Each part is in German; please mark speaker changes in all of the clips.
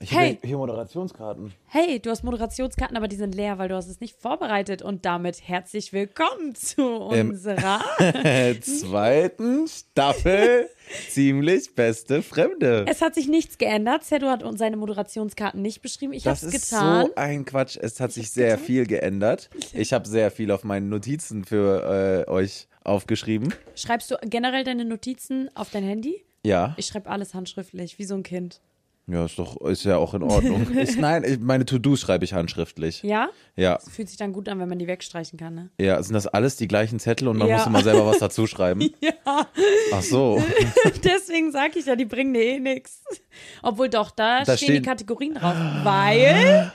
Speaker 1: ich
Speaker 2: Hey.
Speaker 1: hier Moderationskarten.
Speaker 2: Hey, du hast Moderationskarten, aber die sind leer, weil du hast es nicht vorbereitet. Und damit herzlich willkommen zu
Speaker 1: Ähm.
Speaker 2: unserer...
Speaker 1: Zweiten Staffel ziemlich beste Fremde.
Speaker 2: es hat sich nichts geändert. Sedu hat uns seine Moderationskarten nicht beschrieben. Ich
Speaker 1: Das
Speaker 2: habe
Speaker 1: ist
Speaker 2: es getan.
Speaker 1: so ein Quatsch. Es hat sich sehr viel geändert. Ich habe sehr viel auf meinen Notizen für äh, euch aufgeschrieben.
Speaker 2: Schreibst du generell deine Notizen auf dein Handy?
Speaker 1: Ja.
Speaker 2: Ich schreibe alles handschriftlich, wie so ein Kind.
Speaker 1: Ja, ist doch, ist ja auch in Ordnung. Ich, nein, ich, meine To-Dos schreibe ich handschriftlich.
Speaker 2: Ja?
Speaker 1: Ja.
Speaker 2: Das fühlt sich dann gut an, wenn man die wegstreichen kann, ne?
Speaker 1: Ja, sind das alles die gleichen Zettel und man
Speaker 2: Ja.
Speaker 1: muss immer selber was dazu schreiben?
Speaker 2: Ja.
Speaker 1: Ach so.
Speaker 2: Deswegen sage ich ja, die bringen dir eh nichts. Obwohl doch, da,
Speaker 1: Da
Speaker 2: stehen,
Speaker 1: stehen-
Speaker 2: die Kategorien drauf. Weil,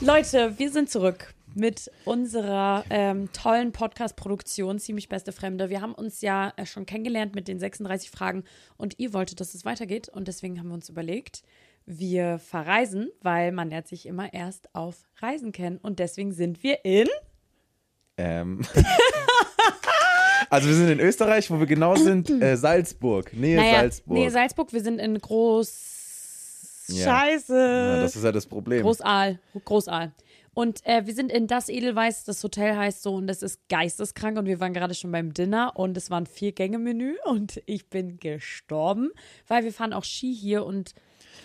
Speaker 2: Leute, wir sind zurück mit unserer ähm, tollen Podcast-Produktion Ziemlich Beste Fremde. Wir haben uns ja äh, schon kennengelernt mit den 36 Fragen und ihr wolltet, dass es weitergeht. Und deswegen haben wir uns überlegt, wir verreisen, weil man lernt sich immer erst auf Reisen kennen. Und deswegen sind wir in...
Speaker 1: Ähm. Also wir sind in Österreich, wo wir genau sind, äh, Salzburg, Nähe Salzburg.
Speaker 2: nee, Salzburg, wir sind in Groß...
Speaker 1: Ja.
Speaker 2: Scheiße.
Speaker 1: ja, das ist ja das Problem.
Speaker 2: Großaal, Großaal. Und äh, wir sind in das Edelweiß, das Hotel heißt so und das ist geisteskrank und wir waren gerade schon beim Dinner und es war ein Vier-Gänge-Menü und ich bin gestorben, weil wir fahren auch Ski hier und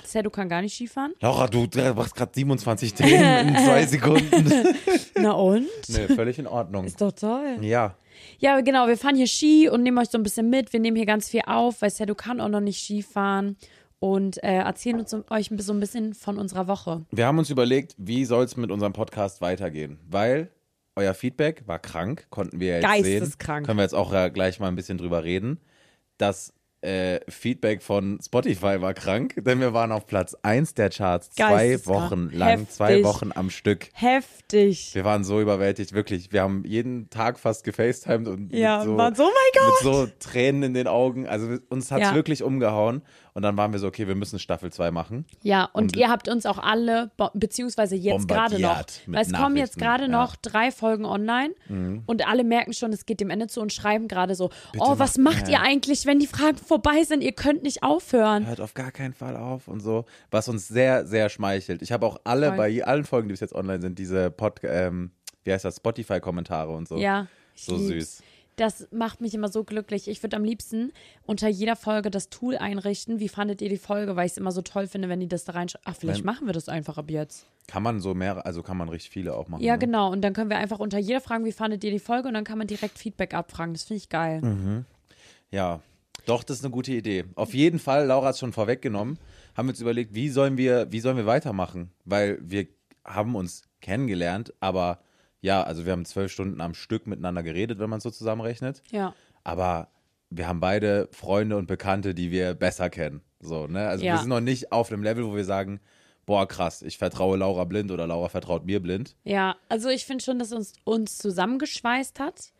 Speaker 2: Sedo kann gar nicht Ski fahren.
Speaker 1: Laura, du machst gerade 27 Themen in zwei Sekunden.
Speaker 2: Na und?
Speaker 1: nee, völlig in Ordnung.
Speaker 2: Ist doch toll.
Speaker 1: Ja.
Speaker 2: Ja, genau, wir fahren hier Ski und nehmen euch so ein bisschen mit. Wir nehmen hier ganz viel auf, weil Sedo kann auch noch nicht Ski fahren und äh, erzählen uns euch so ein bisschen von unserer Woche.
Speaker 1: Wir haben uns überlegt, wie soll es mit unserem Podcast weitergehen? Weil euer Feedback war krank, konnten wir ja jetzt sehen.
Speaker 2: Geisteskrank.
Speaker 1: Können wir jetzt auch ja gleich mal ein bisschen drüber reden. Das äh, Feedback von Spotify war krank, denn wir waren auf Platz 1 der Charts zwei
Speaker 2: Geisteskrank.
Speaker 1: Wochen lang, zwei
Speaker 2: Heftig.
Speaker 1: Wochen am Stück.
Speaker 2: Heftig.
Speaker 1: Wir waren so überwältigt, wirklich. Wir haben jeden Tag fast gefacetimed und
Speaker 2: Ja,
Speaker 1: mit so,
Speaker 2: waren so, oh mein Gott.
Speaker 1: mit so Tränen in den Augen. Also wir- uns hat es
Speaker 2: Ja.
Speaker 1: wirklich umgehauen. Und dann waren wir so, okay, wir müssen Staffel 2 machen.
Speaker 2: Ja, und,
Speaker 1: Und-
Speaker 2: ihr habt uns auch alle, bo- beziehungsweise jetzt gerade noch,
Speaker 1: Bombardiert mit
Speaker 2: weil es kommen jetzt
Speaker 1: Nachrichten,
Speaker 2: gerade
Speaker 1: ja. Mhm.
Speaker 2: noch drei Folgen online und alle merken schon, es geht dem Ende zu und schreiben gerade so, oh, was
Speaker 1: macht
Speaker 2: macht
Speaker 1: mehr."
Speaker 2: ihr eigentlich, wenn die Fragen vorbei sind? Ihr könnt nicht aufhören.
Speaker 1: Hört auf gar keinen Fall auf und so. Was uns sehr, sehr schmeichelt. Ich habe auch alle,
Speaker 2: Voll.
Speaker 1: bei allen Folgen, die bis jetzt online sind, diese Pod, ähm, wie heißt das, Spotify-Kommentare und so.
Speaker 2: Ja. ich
Speaker 1: So
Speaker 2: lieb's.
Speaker 1: süß.
Speaker 2: Das macht mich immer so glücklich. Ich würde am liebsten unter jeder Folge das Tool einrichten. Wie fandet ihr die Folge? Weil ich es immer so toll finde, wenn die das da reinschreiben. Ach, vielleicht
Speaker 1: Wenn-
Speaker 2: machen wir das einfach ab jetzt.
Speaker 1: Kann man so mehr, also kann man richtig viele auch machen.
Speaker 2: Ja,
Speaker 1: ne?
Speaker 2: genau. Und dann können wir einfach unter jeder fragen, wie fandet ihr die Folge? Und dann kann man direkt Feedback abfragen. Das finde ich geil.
Speaker 1: Mhm. Ja, doch, das ist eine gute Idee. Auf jeden Fall, Laura hat es schon vorweggenommen, haben wir uns überlegt, wie sollen wir, wie sollen wir weitermachen? Weil wir haben uns kennengelernt, aber ja, also wir haben zwölf Stunden am Stück miteinander geredet, wenn man es so zusammenrechnet.
Speaker 2: Ja.
Speaker 1: Aber wir haben beide Freunde und Bekannte, die wir besser kennen. So, ne? Also
Speaker 2: Ja.
Speaker 1: wir sind noch nicht auf einem Level, wo wir sagen, boah, krass, ich vertraue Laura blind oder Laura vertraut mir blind.
Speaker 2: Ja, also ich finde schon, dass uns uns zusammengeschweißt hat,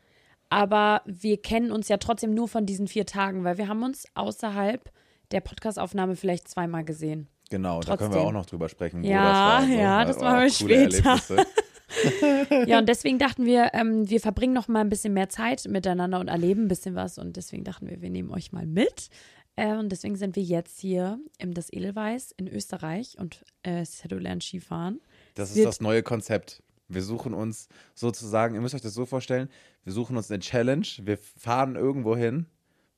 Speaker 2: aber wir kennen uns ja trotzdem nur von diesen vier Tagen, weil wir haben uns außerhalb der Podcastaufnahme vielleicht zweimal gesehen.
Speaker 1: Genau, da können wir
Speaker 2: Trotzdem.
Speaker 1: auch noch drüber sprechen. wo
Speaker 2: Ja,
Speaker 1: das war, und so.
Speaker 2: ja,
Speaker 1: Weil-
Speaker 2: das
Speaker 1: oh,
Speaker 2: machen wir
Speaker 1: coole
Speaker 2: später.
Speaker 1: Erlebnisse.
Speaker 2: Ja, und deswegen dachten wir, ähm, wir verbringen noch mal ein bisschen mehr Zeit miteinander und erleben ein bisschen was und deswegen dachten wir, wir nehmen euch mal mit. Äh, und deswegen sind wir jetzt hier im Das Edelweiß in Österreich und äh, Sedo lernt Skifahren.
Speaker 1: Das ist
Speaker 2: wird-
Speaker 1: das neue Konzept. Wir suchen uns sozusagen, ihr müsst euch das so vorstellen, wir suchen uns eine Challenge, wir fahren irgendwo hin,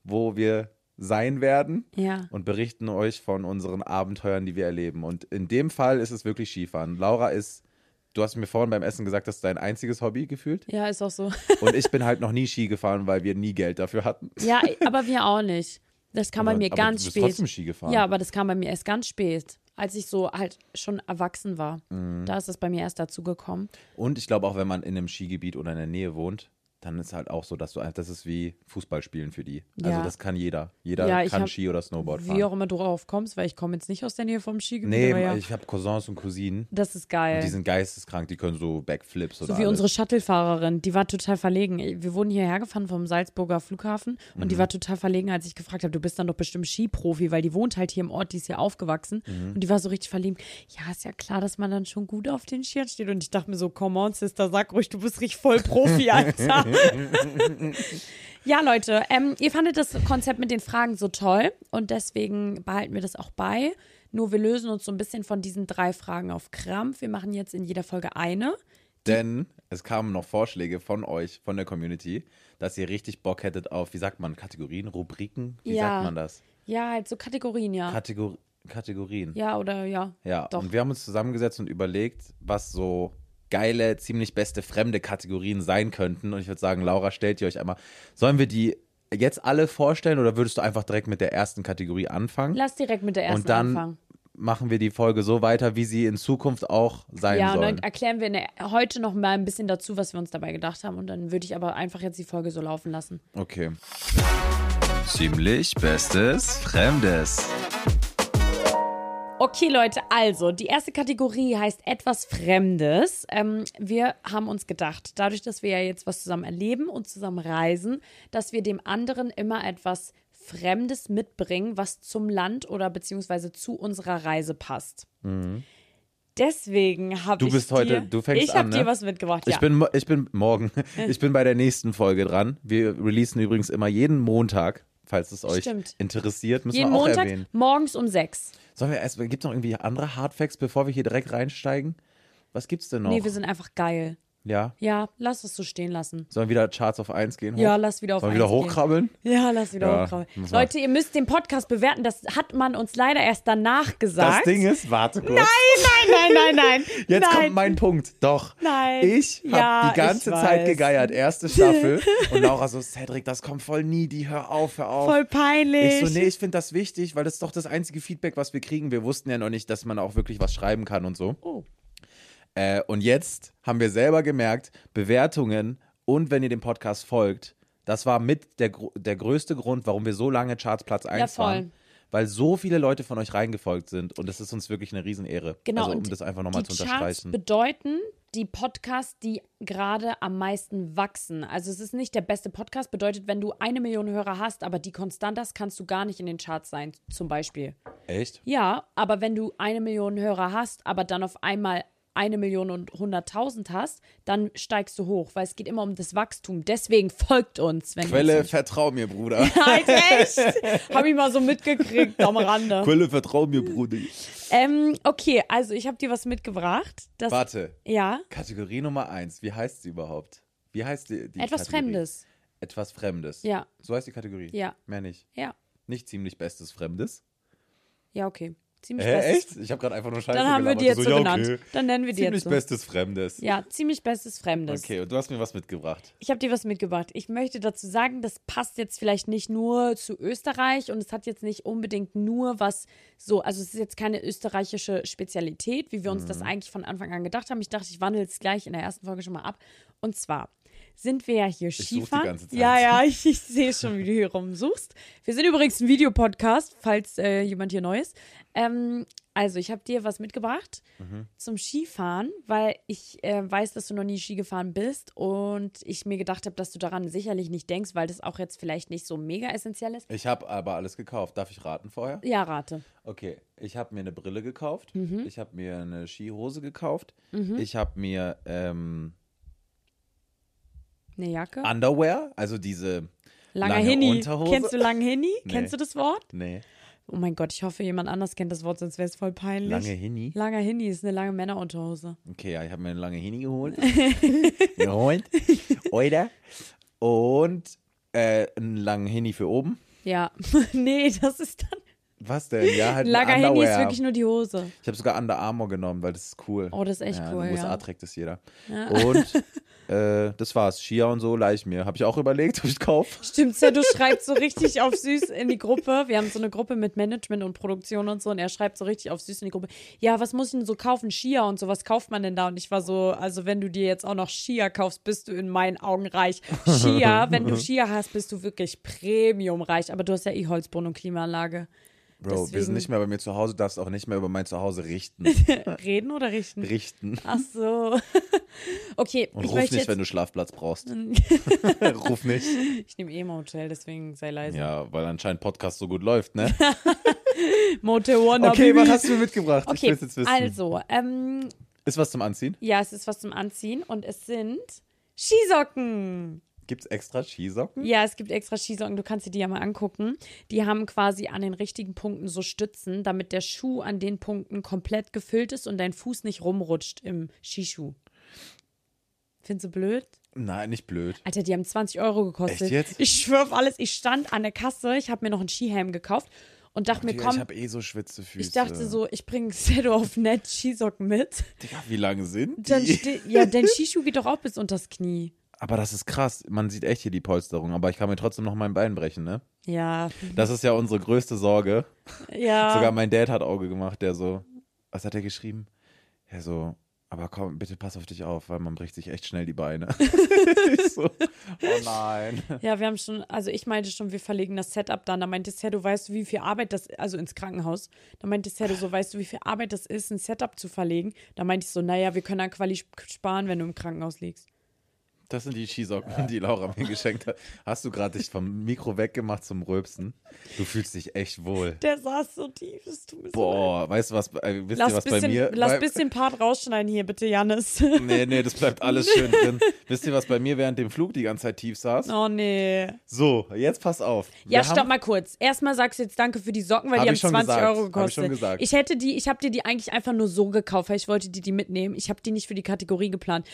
Speaker 1: wo wir sein werden
Speaker 2: Ja.
Speaker 1: und berichten euch von unseren Abenteuern, die wir erleben. Und in dem Fall ist es wirklich Skifahren. Laura ist du hast mir vorhin beim Essen gesagt, das ist dein einziges Hobby gefühlt.
Speaker 2: Ja, ist auch so.
Speaker 1: Und ich bin halt noch nie Ski gefahren, weil wir nie Geld dafür hatten.
Speaker 2: Ja, aber wir auch nicht. Das kam bei
Speaker 1: Aber-
Speaker 2: mir
Speaker 1: aber
Speaker 2: ganz
Speaker 1: du bist
Speaker 2: spät.
Speaker 1: trotzdem Ski gefahren.
Speaker 2: Ja, aber das kam bei mir erst ganz spät, als ich so halt schon erwachsen war.
Speaker 1: Mhm.
Speaker 2: Da ist das bei mir erst dazu gekommen.
Speaker 1: Und ich glaube auch, wenn man in einem Skigebiet oder in der Nähe wohnt, dann ist halt auch so, dass du das ist wie Fußballspielen für die. Also
Speaker 2: Ja.
Speaker 1: das kann jeder. Jeder
Speaker 2: Ja, ich
Speaker 1: kann
Speaker 2: hab-
Speaker 1: Ski oder Snowboard
Speaker 2: Wie auch
Speaker 1: fahren.
Speaker 2: immer du drauf kommst, weil ich komme jetzt nicht aus der Nähe vom Skigebiet.
Speaker 1: Nee,
Speaker 2: aber ja.
Speaker 1: ich habe Cousins und Cousinen.
Speaker 2: das ist
Speaker 1: Und
Speaker 2: geil.
Speaker 1: die sind geisteskrank, die können so Backflips oder
Speaker 2: So wie
Speaker 1: alles.
Speaker 2: unsere Shuttlefahrerin, die war total verlegen. Wir wurden hierher gefahren vom Salzburger Flughafen und
Speaker 1: Mhm.
Speaker 2: die war total verlegen, als ich gefragt habe, du bist dann doch bestimmt Skiprofi, weil die wohnt halt hier im Ort, die ist hier aufgewachsen
Speaker 1: Mhm.
Speaker 2: und die war so richtig verliebt. Ja, ist ja klar, dass man dann schon gut auf den Skiern steht und ich dachte mir so, come on, Sister, sag ruhig, du bist richtig voll Profi, Alter. ja, Leute, ähm, ihr fandet das Konzept mit den Fragen so toll und deswegen behalten wir das auch bei. Nur wir lösen uns so ein bisschen von diesen drei Fragen auf Krampf. Wir machen jetzt in jeder Folge eine.
Speaker 1: Denn es kamen noch Vorschläge von euch, von der Community, dass ihr richtig Bock hättet auf, wie sagt man, Kategorien, Rubriken? Wie
Speaker 2: Ja.
Speaker 1: sagt man das?
Speaker 2: Ja, halt so Kategorien, ja.
Speaker 1: Kategor Kategorien.
Speaker 2: ja, oder ja.
Speaker 1: Ja,
Speaker 2: doch.
Speaker 1: und wir haben uns zusammengesetzt und überlegt, was so geile, ziemlich beste fremde Kategorien sein könnten. Und ich würde sagen, Laura, stellt ihr euch einmal. Sollen wir die jetzt alle vorstellen oder würdest du einfach direkt mit der ersten Kategorie anfangen?
Speaker 2: Lass direkt mit der ersten
Speaker 1: und dann
Speaker 2: anfangen.
Speaker 1: machen wir die Folge so weiter, wie sie in Zukunft auch sein
Speaker 2: Ja, und
Speaker 1: soll.
Speaker 2: dann erklären wir in der, heute noch mal ein bisschen dazu, was wir uns dabei gedacht haben. Und dann würde ich aber einfach jetzt die Folge so laufen lassen.
Speaker 1: Okay.
Speaker 3: Ziemlich bestes Fremdes.
Speaker 2: Okay, Leute, also die erste Kategorie heißt etwas Fremdes. Ähm, wir haben uns gedacht, dadurch, dass wir ja jetzt was zusammen erleben und zusammen reisen, dass wir dem anderen immer etwas Fremdes mitbringen, was zum Land oder beziehungsweise zu unserer Reise passt. Deswegen habe
Speaker 1: Du
Speaker 2: ich
Speaker 1: bist
Speaker 2: dir,
Speaker 1: heute- du fängst
Speaker 2: ich
Speaker 1: an,
Speaker 2: habe dir
Speaker 1: ne?
Speaker 2: was mitgebracht.
Speaker 1: Ich
Speaker 2: ja.
Speaker 1: bin, mo- ich bin morgen, ich bin bei der nächsten Folge dran. Wir releasen übrigens immer jeden Montag, falls es euch
Speaker 2: Stimmt.
Speaker 1: interessiert, müssen
Speaker 2: jeden
Speaker 1: wir auch
Speaker 2: Montag
Speaker 1: erwähnen.
Speaker 2: morgens um sechs.
Speaker 1: Sollen wir erst, gibt's noch irgendwie andere Hardfacts, bevor wir hier direkt reinsteigen? Was gibt's denn noch?
Speaker 2: Nee, wir sind einfach geil.
Speaker 1: ja.
Speaker 2: Ja, lass es so stehen lassen.
Speaker 1: Sollen wir wieder Charts auf 1 gehen?
Speaker 2: Ja,
Speaker 1: hoch?
Speaker 2: lass wieder auf
Speaker 1: Sollen wir wieder
Speaker 2: 1 gehen.
Speaker 1: hochkrabbeln?
Speaker 2: Ja, lass wieder
Speaker 1: Ja,
Speaker 2: hochkrabbeln.
Speaker 1: muss man-
Speaker 2: Leute, ihr müsst den Podcast bewerten. Das hat man uns leider erst danach
Speaker 1: Das
Speaker 2: gesagt.
Speaker 1: Ding ist, warte kurz.
Speaker 2: Nein, nein, nein, nein, nein.
Speaker 1: Jetzt
Speaker 2: nein.
Speaker 1: kommt mein Punkt. Doch.
Speaker 2: Nein.
Speaker 1: Ich habe
Speaker 2: Ja,
Speaker 1: die ganze
Speaker 2: ich
Speaker 1: Zeit
Speaker 2: weiß.
Speaker 1: gegeiert. Erste Staffel. und Laura so, Cedric, das kommt voll nie. Die hör auf, hör auf.
Speaker 2: Voll
Speaker 1: ich
Speaker 2: peinlich.
Speaker 1: so, nee, ich finde das wichtig, weil das ist doch das einzige Feedback, was wir kriegen. Wir wussten ja noch nicht, dass man auch wirklich was schreiben kann und so.
Speaker 2: Oh.
Speaker 1: Äh, und jetzt haben wir selber gemerkt, Bewertungen und wenn ihr dem Podcast folgt, das war mit der, gro- der größte Grund, warum wir so lange Charts Platz 1
Speaker 2: voll.
Speaker 1: waren. Weil so viele Leute von euch reingefolgt sind und das ist uns wirklich eine Riesenehre.
Speaker 2: Genau,
Speaker 1: also, um
Speaker 2: und
Speaker 1: das einfach nochmal
Speaker 2: die
Speaker 1: zu
Speaker 2: Charts
Speaker 1: unterstreichen.
Speaker 2: bedeuten die Podcasts, die gerade am meisten wachsen. Also es ist nicht der beste Podcast, bedeutet, wenn du eine Million Hörer hast, aber die konstant hast, kannst du gar nicht in den Charts sein, zum Beispiel.
Speaker 1: Echt?
Speaker 2: Ja, aber wenn du eine Million Hörer hast, aber dann auf einmal eine Million und hunderttausend hast, dann steigst du hoch, weil es geht immer um das Wachstum. Deswegen folgt uns, wenn ihr
Speaker 1: Quelle,
Speaker 2: uns
Speaker 1: vertrau mir, Bruder.
Speaker 2: Halt echt! Hab ich mal so mitgekriegt am Rande.
Speaker 1: Quelle, vertrau mir, Bruder.
Speaker 2: Ähm, okay, also ich habe dir was mitgebracht. Das,
Speaker 1: Warte.
Speaker 2: Ja,
Speaker 1: Kategorie Nummer 1. Wie heißt sie überhaupt? Wie heißt die, die
Speaker 2: etwas
Speaker 1: Kategorie?
Speaker 2: Fremdes.
Speaker 1: Etwas Fremdes.
Speaker 2: Ja.
Speaker 1: So heißt die Kategorie.
Speaker 2: Ja.
Speaker 1: Mehr nicht.
Speaker 2: Ja,
Speaker 1: Nicht ziemlich bestes Fremdes.
Speaker 2: ja, okay. Ziemlich
Speaker 1: Hä,
Speaker 2: bestes.
Speaker 1: echt? Ich habe gerade einfach nur Scheiße
Speaker 2: Dann haben wir
Speaker 1: gelabert.
Speaker 2: die jetzt
Speaker 1: so,
Speaker 2: so
Speaker 1: ja,
Speaker 2: genannt.
Speaker 1: Okay.
Speaker 2: Dann nennen wir die
Speaker 1: Ziemlich
Speaker 2: jetzt so.
Speaker 1: bestes Fremdes.
Speaker 2: Ja, ziemlich bestes Fremdes.
Speaker 1: Okay, und du hast mir was mitgebracht.
Speaker 2: Ich habe dir was mitgebracht. Ich möchte dazu sagen, das passt jetzt vielleicht nicht nur zu Österreich und es hat jetzt nicht unbedingt nur was so, also es ist jetzt keine österreichische Spezialität, wie wir uns
Speaker 1: Mhm.
Speaker 2: das eigentlich von Anfang an gedacht haben. Ich dachte, ich wandle es gleich in der ersten Folge schon mal ab. Und zwar sind wir ja hier
Speaker 1: such die
Speaker 2: Skifahren.
Speaker 1: ganze Zeit.
Speaker 2: Ja, ja, ich, ich sehe schon, wie du hier rumsuchst. Wir sind übrigens ein Videopodcast, falls äh, jemand hier neu ist. Ähm, also, ich habe dir was mitgebracht zum Skifahren, weil ich äh, weiß, dass du noch nie Ski gefahren bist und ich mir gedacht habe, dass du daran sicherlich nicht denkst, weil das auch jetzt vielleicht nicht so mega essentiell ist.
Speaker 1: Ich habe aber alles gekauft. Darf ich raten vorher?
Speaker 2: Ja, rate.
Speaker 1: Okay, ich habe mir eine Brille gekauft.
Speaker 2: Mhm.
Speaker 1: Ich habe mir eine Skihose gekauft. Ich habe mir ähm,
Speaker 2: Eine Jacke?
Speaker 1: Underwear, also diese
Speaker 2: Langer
Speaker 1: lange
Speaker 2: Hinni.
Speaker 1: Unterhose.
Speaker 2: Kennst du Lange Hinni? Kennst du das Wort?
Speaker 1: Nee,
Speaker 2: Oh mein Gott, ich hoffe, jemand anders kennt das Wort, sonst wäre es voll peinlich.
Speaker 1: lange Hini.
Speaker 2: Langer Hinni ist eine lange Männerunterhose.
Speaker 1: Okay, ja, ich habe mir eine lange Hini geholt. geholt. Oder. Und äh, einen langen Hini für oben.
Speaker 2: Ja, nee, das ist dann.
Speaker 1: Was denn? Ja, halt ein
Speaker 2: Lagerhandy ist
Speaker 1: Underwear.
Speaker 2: wirklich nur die Hose.
Speaker 1: Ich habe sogar Under Armour genommen, weil das ist cool.
Speaker 2: Oh, das ist echt
Speaker 1: ja,
Speaker 2: cool,
Speaker 1: In den USA
Speaker 2: ja.
Speaker 1: trägt das jeder. Und äh, das war's. Shia und so leih ich mir. Habe ich auch überlegt, ob ich kaufe.
Speaker 2: Stimmt, ja, du schreibst so richtig auf süß in die Gruppe. Wir haben so eine Gruppe mit Management und Produktion und so und er schreibt so richtig auf süß in die Gruppe. Ja, was muss ich denn so kaufen? Skia und so, was kauft man denn da? Und ich war so, also wenn du dir jetzt auch noch Skia kaufst, bist du in meinen Augen reich. Skia, wenn du Skia hast, bist du wirklich Premium reich. Aber du hast ja eh Holzboden und Klimaanlage.
Speaker 1: Bro, wir
Speaker 2: Deswegen-
Speaker 1: sind nicht mehr bei mir zu Hause, darfst auch nicht mehr über mein Zuhause richten.
Speaker 2: Reden oder richten?
Speaker 1: richten.
Speaker 2: Ach so. Okay,
Speaker 1: Und
Speaker 2: ich
Speaker 1: ruf nicht,
Speaker 2: möchte jetzt.
Speaker 1: wenn du Schlafplatz brauchst. ruf nicht.
Speaker 2: ich nehme eh Motel, deswegen sei leise.
Speaker 1: Ja, weil anscheinend Podcast so gut läuft, ne?
Speaker 2: Motel One,
Speaker 1: Okay,
Speaker 2: Baby.
Speaker 1: was hast du mir mitgebracht? ich
Speaker 2: Okay,
Speaker 1: will's jetzt wissen.
Speaker 2: also, ähm,
Speaker 1: Ist was zum Anziehen?
Speaker 2: Ja, es ist was zum Anziehen und es sind Skisocken.
Speaker 1: Gibt's extra Skisocken?
Speaker 2: Ja, es gibt extra Skisocken, du kannst dir die ja mal angucken. Die haben quasi an den richtigen Punkten so Stützen, damit der Schuh an den Punkten komplett gefüllt ist und dein Fuß nicht rumrutscht im Skischuh. Findest du blöd?
Speaker 1: Nein, nicht blöd.
Speaker 2: Alter, die haben 20 Euro gekostet.
Speaker 1: Echt jetzt?
Speaker 2: Ich schwör auf alles. Ich stand an der Kasse, ich habe mir noch einen Skihelm gekauft und dachte mir,
Speaker 1: Digga,
Speaker 2: komm,
Speaker 1: ich habe eh so Schwitzefüße.
Speaker 2: ich dachte so, ich bringe Sedo auf Net Skisocken mit.
Speaker 1: Digga, wie lang sind
Speaker 2: Dann
Speaker 1: die?
Speaker 2: ste- ja, dein Skischuh geht doch auch bis unters Knie.
Speaker 1: Aber das ist krass. Man sieht echt hier die Polsterung, aber ich kann mir trotzdem noch mein Bein brechen, ne?
Speaker 2: Ja,
Speaker 1: Das ist ja unsere größte Sorge.
Speaker 2: ja.
Speaker 1: Sogar mein Dad hat Auge gemacht, der so, was hat er geschrieben? Er so, aber komm, bitte pass auf dich auf, weil man bricht sich echt schnell die Beine. ich so, oh nein.
Speaker 2: Ja, wir haben schon, also ich meinte schon, wir verlegen das Setup dann. Da meinte Sedo, weißt du, wie viel Arbeit das, also ins Krankenhaus. Da meinte Sedo so, weißt du, wie viel Arbeit das ist, ein Setup zu verlegen. Da meinte ich so, naja, wir können an Quali sp- sparen, wenn du im Krankenhaus liegst.
Speaker 1: Das sind die Skisocken, die Laura mir geschenkt hat. Hast du gerade dich vom Mikro weggemacht zum Röpsen? Du fühlst dich echt wohl.
Speaker 2: Der saß so tief, es tut mir so leid.
Speaker 1: Boah, weißt du was, äh, wisst
Speaker 2: Lass
Speaker 1: ihr was
Speaker 2: bisschen,
Speaker 1: bei mir?
Speaker 2: lass
Speaker 1: bei,
Speaker 2: bisschen Part rausschneiden hier, bitte, Janis.
Speaker 1: Nee, nee, das bleibt alles schön drin. Wisst ihr, was bei mir während dem Flug die ganze Zeit tief saß?
Speaker 2: oh nee.
Speaker 1: So, jetzt pass auf.
Speaker 2: Ja,
Speaker 1: Wir haben-
Speaker 2: stopp mal kurz. Erstmal sagst du jetzt Danke für die Socken, weil
Speaker 1: Hab
Speaker 2: die haben
Speaker 1: ich schon
Speaker 2: 20
Speaker 1: gesagt.
Speaker 2: Euro
Speaker 1: Hab ich
Speaker 2: gekostet.
Speaker 1: schon gesagt.
Speaker 2: Ich hätte die, ich habe dir die eigentlich einfach nur so gekauft, weil ich wollte die die mitnehmen. Ich habe die nicht für die Kategorie geplant.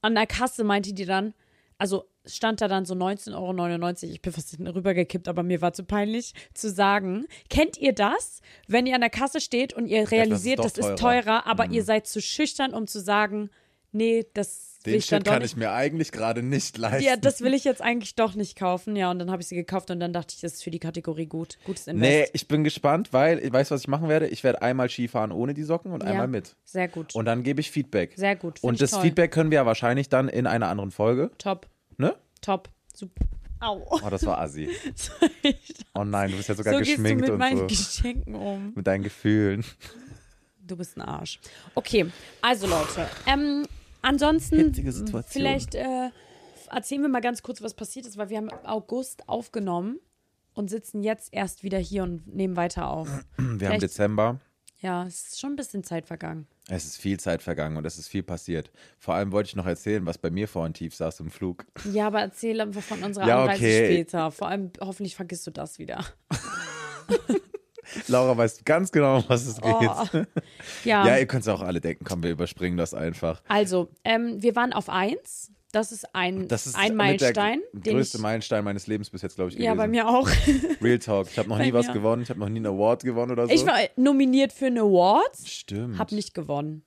Speaker 2: An der Kasse meinte die dann, also stand da dann so 19,99 Euro. Ich bin fast hinten rübergekippt, aber mir war zu peinlich zu sagen. Kennt ihr das, wenn ihr an der Kasse steht und ihr realisiert,
Speaker 1: doch
Speaker 2: das ist
Speaker 1: teurer. Mhm.
Speaker 2: teurer, aber ihr seid zu schüchtern, um zu sagen, nee, das will
Speaker 1: Den
Speaker 2: ich dann
Speaker 1: Shit
Speaker 2: doch
Speaker 1: kann
Speaker 2: nicht
Speaker 1: ich mir eigentlich gerade nicht leisten.
Speaker 2: ja, das will ich jetzt eigentlich doch nicht kaufen. Ja, und dann habe ich sie gekauft und dann dachte ich, das ist für die Kategorie gut. Gutes
Speaker 1: nee,
Speaker 2: Invest.
Speaker 1: ich bin gespannt, weil ich weiß, was ich machen werde. Ich werde einmal Skifahren ohne die Socken und
Speaker 2: ja,
Speaker 1: einmal mit.
Speaker 2: Sehr gut.
Speaker 1: Und dann gebe ich Feedback.
Speaker 2: Sehr gut, find
Speaker 1: Und
Speaker 2: ich
Speaker 1: das
Speaker 2: toll.
Speaker 1: Feedback können wir ja wahrscheinlich dann in einer anderen Folge,
Speaker 2: top,
Speaker 1: ne?
Speaker 2: top. Super. Au.
Speaker 1: Oh, das war assi. Oh nein, du bist ja sogar
Speaker 2: so gehst du
Speaker 1: geschminkt
Speaker 2: mit meinen
Speaker 1: und so.
Speaker 2: Geschenken um.
Speaker 1: Mit deinen Gefühlen.
Speaker 2: Du bist ein Arsch. Okay, also Leute, ähm, ansonsten
Speaker 1: Hitzige Situation.
Speaker 2: vielleicht äh, erzählen wir mal ganz kurz, was passiert ist, weil wir haben im August aufgenommen und sitzen jetzt erst wieder hier und nehmen weiter auf.
Speaker 1: Wir haben
Speaker 2: Vielleicht-
Speaker 1: Dezember.
Speaker 2: Ja, es ist schon ein bisschen Zeit vergangen.
Speaker 1: Es ist viel Zeit vergangen und es ist viel passiert. Vor allem wollte ich noch erzählen, was bei mir vorhin tief saß im Flug.
Speaker 2: Ja, aber erzähl einfach von unserer
Speaker 1: Ja,
Speaker 2: Anreise
Speaker 1: okay.
Speaker 2: später. Vor allem, hoffentlich vergisst du das wieder.
Speaker 1: Laura weiß ganz genau, um was es geht.
Speaker 2: Oh. Ja,
Speaker 1: Ja, ihr könnt es auch alle denken. Komm, wir überspringen das einfach.
Speaker 2: also, ähm, wir waren auf 1. Das ist ein,
Speaker 1: Das ist
Speaker 2: ein
Speaker 1: mit
Speaker 2: Meilenstein.
Speaker 1: Der
Speaker 2: den
Speaker 1: größte
Speaker 2: ich,
Speaker 1: Meilenstein meines Lebens bis jetzt, glaube ich, gewesen.
Speaker 2: Ja, bei mir auch.
Speaker 1: Real Talk. Ich habe noch
Speaker 2: Bei
Speaker 1: nie was
Speaker 2: mir.
Speaker 1: gewonnen. Ich habe noch nie einen Award gewonnen oder so.
Speaker 2: Ich war nominiert für einen Award,
Speaker 1: Stimmt.
Speaker 2: hab nicht gewonnen.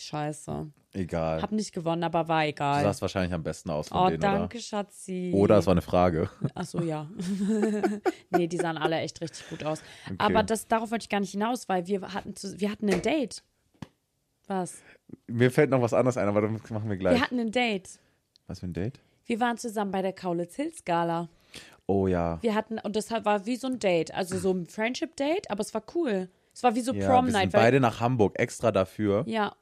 Speaker 2: Scheiße.
Speaker 1: Egal.
Speaker 2: Hab nicht gewonnen, aber war
Speaker 1: du
Speaker 2: egal.
Speaker 1: sahst wahrscheinlich am besten aus von
Speaker 2: Oh,
Speaker 1: denen,
Speaker 2: danke, Schatzi.
Speaker 1: oder? Oder es war eine Frage.
Speaker 2: Ach so, ja. nee, die sahen alle echt richtig gut aus. Aber das, darauf wollte ich gar nicht hinaus, weil wir hatten, zu, wir hatten ein Date. Was?
Speaker 1: Mir fällt noch was anderes ein, aber das machen wir gleich.
Speaker 2: Wir hatten ein Date.
Speaker 1: was für ein Date?
Speaker 2: Wir waren zusammen bei der Kaulitz Hills Gala.
Speaker 1: Oh ja.
Speaker 2: Wir hatten, und das war wie so ein Date, also so ein Friendship-Date, aber es war cool. Es war wie so
Speaker 1: ja
Speaker 2: Prom
Speaker 1: wir sind
Speaker 2: Night.
Speaker 1: beide nach Hamburg extra dafür
Speaker 2: ja,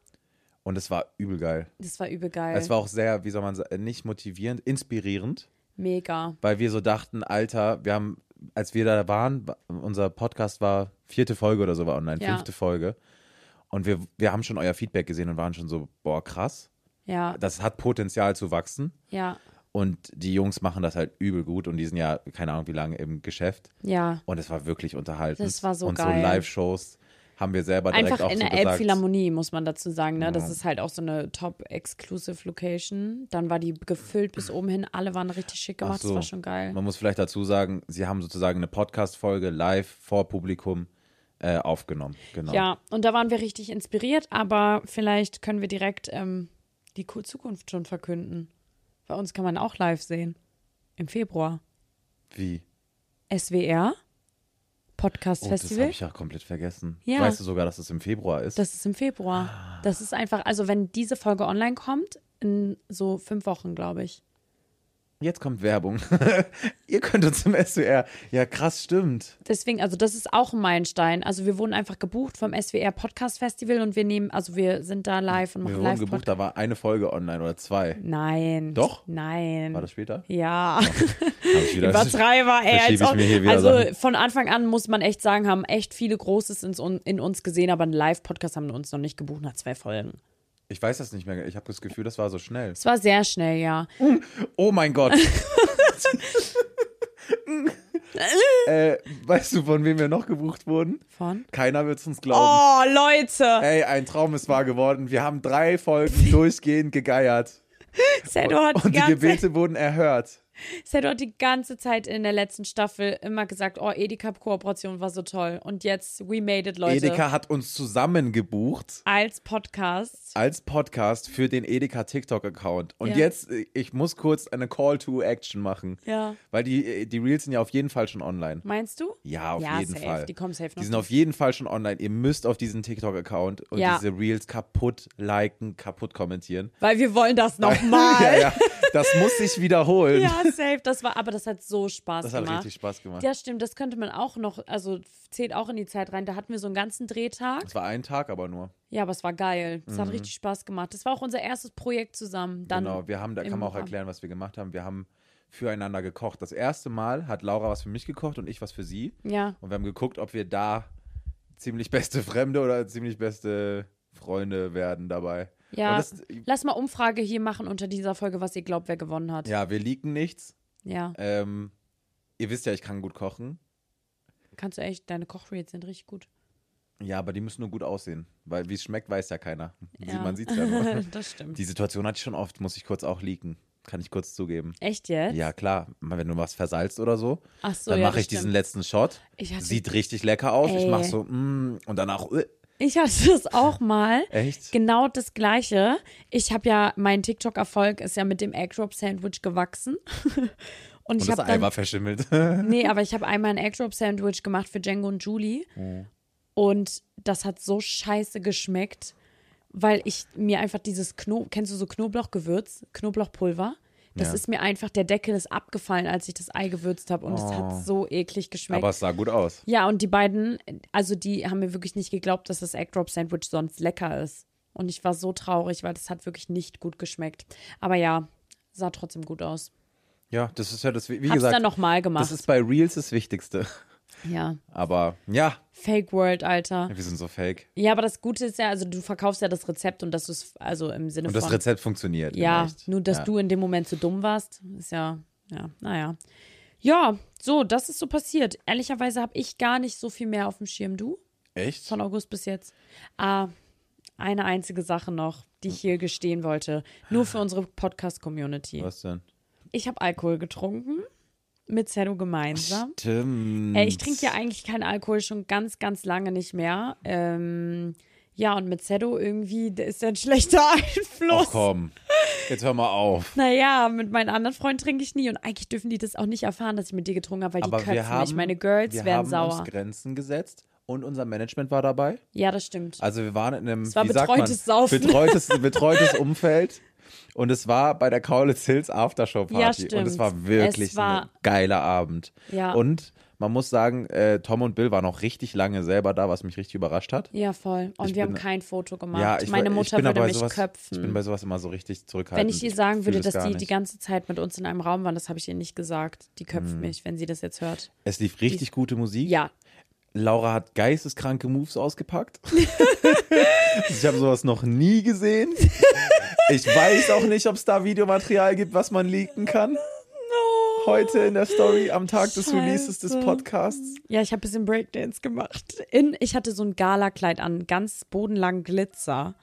Speaker 1: und es war übel geil.
Speaker 2: das war übel geil.
Speaker 1: Es war auch sehr, wie soll man sagen, nicht motivierend, inspirierend.
Speaker 2: Mega.
Speaker 1: weil wir so dachten, Alter, wir haben, als wir da waren, wa- unser Podcast war vierte Folge oder so war online,
Speaker 2: Ja.
Speaker 1: fünfte Folge. Und wir, wir haben schon euer Feedback gesehen und waren schon so, boah, krass.
Speaker 2: Ja,
Speaker 1: Das hat Potenzial zu wachsen.
Speaker 2: ja,
Speaker 1: Und die Jungs machen das halt übel gut und die sind ja, keine Ahnung, wie lange im Geschäft.
Speaker 2: ja.
Speaker 1: Und es war wirklich unterhaltend.
Speaker 2: Das war so
Speaker 1: und
Speaker 2: geil.
Speaker 1: so Live-Shows haben wir selber direkt
Speaker 2: Einfach
Speaker 1: auch
Speaker 2: in
Speaker 1: so
Speaker 2: der
Speaker 1: gesagt.
Speaker 2: Elbphilharmonie, muss man dazu sagen. Ne? Das ist halt auch so eine Top-Exclusive-Location. Dann war die gefüllt bis oben hin. Alle waren richtig schick
Speaker 1: Ach
Speaker 2: gemacht.
Speaker 1: so.
Speaker 2: Das war schon geil.
Speaker 1: Man muss vielleicht dazu sagen, sie haben sozusagen eine Podcast-Folge live vor Publikum äh, aufgenommen. Genau.
Speaker 2: Ja, und da waren wir richtig inspiriert, aber vielleicht können wir direkt ähm, die Ku- Zukunft schon verkünden. Bei uns kann man auch live sehen. Im Februar.
Speaker 1: Wie?
Speaker 2: SWR Podcast
Speaker 1: Oh, das
Speaker 2: Festival.
Speaker 1: habe ich ja komplett vergessen.
Speaker 2: Ja.
Speaker 1: Weißt du sogar, dass es im Februar ist?
Speaker 2: Das ist im
Speaker 1: Ah.
Speaker 2: Februar. Das ist einfach, also wenn diese Folge online kommt, in so fünf Wochen, glaube ich.
Speaker 1: Jetzt kommt Werbung. Ihr könnt uns im SWR. Ja, krass, stimmt.
Speaker 2: Deswegen, also das ist auch ein Meilenstein. Also wir wurden einfach gebucht vom SWR Podcast Festival und wir nehmen, also wir sind da live und
Speaker 1: Wir
Speaker 2: machen
Speaker 1: wurden
Speaker 2: live
Speaker 1: gebucht,
Speaker 2: Podcast.
Speaker 1: da war eine Folge online oder zwei.
Speaker 2: Nein.
Speaker 1: Doch?
Speaker 2: Nein.
Speaker 1: War das später?
Speaker 2: ja.
Speaker 1: Hab ich wieder-
Speaker 2: Übertreiber, ey.
Speaker 1: Verschiebe
Speaker 2: Als
Speaker 1: ich
Speaker 2: ob,
Speaker 1: mir hier wieder
Speaker 2: also
Speaker 1: Sachen.
Speaker 2: von Anfang an muss man echt sagen, haben echt viele Großes in, in uns gesehen, aber einen Live-Podcast haben wir uns noch nicht gebucht nach zwei Folgen.
Speaker 1: Ich weiß das nicht mehr. Ich habe das Gefühl, das war so schnell.
Speaker 2: Es war sehr schnell, ja.
Speaker 1: Oh mein Gott. äh, weißt du, von wem wir noch gebucht wurden?
Speaker 2: Von?
Speaker 1: Keiner wird es uns glauben.
Speaker 2: Oh, Leute!
Speaker 1: Ey, ein Traum ist wahr geworden. Wir haben drei Folgen durchgehend gegeiert.
Speaker 2: Sedo hat, die
Speaker 1: Äh, Und die
Speaker 2: ganze,
Speaker 1: Gebete wurden erhört.
Speaker 2: Sedo hat die ganze Zeit in der letzten Staffel immer gesagt, oh, Edeka-Kooperation war so toll. Und jetzt, we made it, Leute.
Speaker 1: Edeka hat uns zusammen gebucht
Speaker 2: Als Podcast.
Speaker 1: als Podcast für den Edeka TikTok-Account. Und
Speaker 2: Ja.
Speaker 1: jetzt, äh, ich muss kurz eine Call to Action machen.
Speaker 2: Ja.
Speaker 1: Weil die, äh, die Reels sind ja auf jeden Fall schon online.
Speaker 2: Meinst du?
Speaker 1: Ja, auf
Speaker 2: Ja,
Speaker 1: jeden
Speaker 2: safe.
Speaker 1: Fall.
Speaker 2: Die kommen safe noch
Speaker 1: Die sind auf jeden Fall schon online. Ihr müsst auf diesen TikTok-Account und
Speaker 2: Ja.
Speaker 1: diese Reels kaputt liken, kaputt kommentieren.
Speaker 2: Weil wir wollen das nochmal.
Speaker 1: ja, ja, das muss sich wiederholen.
Speaker 2: ja, safe. Das war, aber das hat so Spaß
Speaker 1: das hat
Speaker 2: gemacht.
Speaker 1: richtig Spaß gemacht.
Speaker 2: Ja, stimmt, das könnte man auch noch, also zählt auch in die Zeit rein. Da hatten wir so einen ganzen Drehtag.
Speaker 1: Das war ein Tag aber nur.
Speaker 2: Ja, aber es war geil. Es hat richtig Spaß gemacht. Das war auch unser erstes Projekt zusammen. Dann
Speaker 1: Mhm. genau, wir haben, da
Speaker 2: im
Speaker 1: kann man auch
Speaker 2: Rahmen.
Speaker 1: erklären, was wir gemacht haben. Wir haben füreinander gekocht. Das erste Mal hat Laura was für mich gekocht und ich was für sie.
Speaker 2: Ja.
Speaker 1: Und wir haben geguckt, ob wir da ziemlich beste Fremde oder ziemlich beste Freunde werden dabei.
Speaker 2: Ja,
Speaker 1: Und das,
Speaker 2: lass mal Umfrage hier machen unter dieser Folge, was ihr glaubt, wer gewonnen hat. Ja.
Speaker 1: ja wir leaken nichts. Ähm, ihr wisst ja, ich kann gut kochen.
Speaker 2: Kannst du echt, deine Kochreels sind richtig gut.
Speaker 1: Ja, aber die müssen nur gut aussehen. Weil wie es schmeckt, weiß ja keiner. Sie-
Speaker 2: Ja.
Speaker 1: Man sieht es ja nur.
Speaker 2: das stimmt.
Speaker 1: Die Situation hatte ich schon oft, muss ich kurz auch leaken. Kann ich kurz zugeben.
Speaker 2: echt jetzt?
Speaker 1: Ja, klar. Mal, Wenn du was versalzt oder so,
Speaker 2: Ach so,
Speaker 1: dann
Speaker 2: ja,
Speaker 1: mache
Speaker 2: das
Speaker 1: ich diesen
Speaker 2: stimmt.
Speaker 1: letzten Shot.
Speaker 2: Ich hatte- Äh.
Speaker 1: Sieht richtig lecker aus. Ich
Speaker 2: Ey.
Speaker 1: mache so, mm, und danach, äh,
Speaker 2: Ich hatte das auch mal.
Speaker 1: echt?
Speaker 2: Genau das gleiche. Ich habe ja, mein TikTok-Erfolg ist ja mit dem Egg-Drop-Sandwich gewachsen. Und, ich
Speaker 1: Und das
Speaker 2: habe
Speaker 1: Ei
Speaker 2: dann
Speaker 1: war verschimmelt.
Speaker 2: Nee, aber ich habe einmal ein Egg-Drop-Sandwich gemacht für Django und Julie.
Speaker 1: Oh.
Speaker 2: Und das hat so scheiße geschmeckt, weil ich mir einfach dieses Knoblauch, kennst du so Knoblauchgewürz, Knoblauchpulver? Das
Speaker 1: Ja.
Speaker 2: ist mir einfach, der Deckel ist abgefallen, als ich das Ei gewürzt habe und es hat so eklig geschmeckt.
Speaker 1: Oh. aber es sah gut aus.
Speaker 2: ja, und die beiden, also die haben mir wirklich nicht geglaubt, dass das Egg-Drop-Sandwich sonst lecker ist. Und ich war so traurig, weil das hat wirklich nicht gut geschmeckt. Aber ja, sah trotzdem gut aus.
Speaker 1: Ja, das ist ja das, wie wie
Speaker 2: Hab's
Speaker 1: gesagt.
Speaker 2: dann nochmal gemacht.
Speaker 1: Das ist bei Reels das Wichtigste.
Speaker 2: ja.
Speaker 1: Aber ja,
Speaker 2: Fake World, Alter.
Speaker 1: wir sind so fake.
Speaker 2: Ja, aber das Gute ist ja, also du verkaufst ja das Rezept und das ist also im Sinne
Speaker 1: Und das
Speaker 2: von
Speaker 1: Rezept funktioniert.
Speaker 2: ja,
Speaker 1: in echt.
Speaker 2: nur dass
Speaker 1: ja.
Speaker 2: du in dem Moment zu dumm warst, ist ja ja, naja. Ja, so, das ist so passiert. Ehrlicherweise habe ich gar nicht so viel mehr auf dem Schirm du
Speaker 1: Echt?
Speaker 2: von August bis jetzt. Ah, eine einzige Sache noch, die ich hier gestehen wollte, nur für unsere Podcast Community.
Speaker 1: Was denn?
Speaker 2: Ich habe Alkohol getrunken mit Sedo gemeinsam.
Speaker 1: Stimmt.
Speaker 2: Äh, ich trinke ja eigentlich keinen Alkohol schon ganz, ganz lange nicht mehr. Ähm, ja, und mit Zedo irgendwie der ist ja ein schlechter
Speaker 1: Ach
Speaker 2: Einfluss.
Speaker 1: komm, jetzt hör mal auf.
Speaker 2: Naja, mit meinen anderen Freunden trinke ich nie. Und eigentlich dürfen die das auch nicht erfahren, dass ich mit dir getrunken habe, weil
Speaker 1: Aber
Speaker 2: die kötzen
Speaker 1: wir haben,
Speaker 2: mich. Meine Girls
Speaker 1: wir
Speaker 2: werden
Speaker 1: haben
Speaker 2: sauer.
Speaker 1: uns Grenzen gesetzt und unser Management war dabei.
Speaker 2: Ja, das stimmt.
Speaker 1: Also wir waren in einem,
Speaker 2: war
Speaker 1: wie sagt man,
Speaker 2: betreutes Saufen.
Speaker 1: betreutes, betreutes Umfeld. Und es war bei der Kaulitz Hills Aftershow Party.
Speaker 2: Ja, stimmt.
Speaker 1: Und es war wirklich
Speaker 2: Es war-
Speaker 1: ein geiler Abend.
Speaker 2: Ja.
Speaker 1: Und man muss sagen, äh, Tom und Bill waren noch richtig lange selber da, was mich richtig überrascht hat.
Speaker 2: ja, voll. Und
Speaker 1: Ich
Speaker 2: wir haben
Speaker 1: bin-
Speaker 2: kein Foto gemacht.
Speaker 1: Ja, ich,
Speaker 2: Meine
Speaker 1: ich
Speaker 2: Mutter
Speaker 1: bin
Speaker 2: würde
Speaker 1: aber
Speaker 2: mich
Speaker 1: sowas, Ich bin
Speaker 2: köpfen.
Speaker 1: bei sowas immer so richtig zurückhaltend.
Speaker 2: Wenn ich ihr sagen würde,
Speaker 1: fühle es
Speaker 2: dass
Speaker 1: gar
Speaker 2: die die
Speaker 1: nicht.
Speaker 2: ganze Zeit mit uns in einem Raum waren, das habe ich ihr nicht gesagt. Die köpft
Speaker 1: Hm.
Speaker 2: mich, wenn sie das jetzt hört.
Speaker 1: Es lief richtig gute Musik.
Speaker 2: Ja,
Speaker 1: Laura hat geisteskranke Moves ausgepackt. ich habe sowas noch nie gesehen. Ich weiß auch nicht, ob es da Videomaterial gibt, was man leaken kann. Heute in der Story am Tag des
Speaker 2: Scheiße.
Speaker 1: Releases des Podcasts.
Speaker 2: Ja, ich habe ein bisschen Breakdance gemacht. In, ich hatte so ein Galakleid an, ganz bodenlang Glitzer.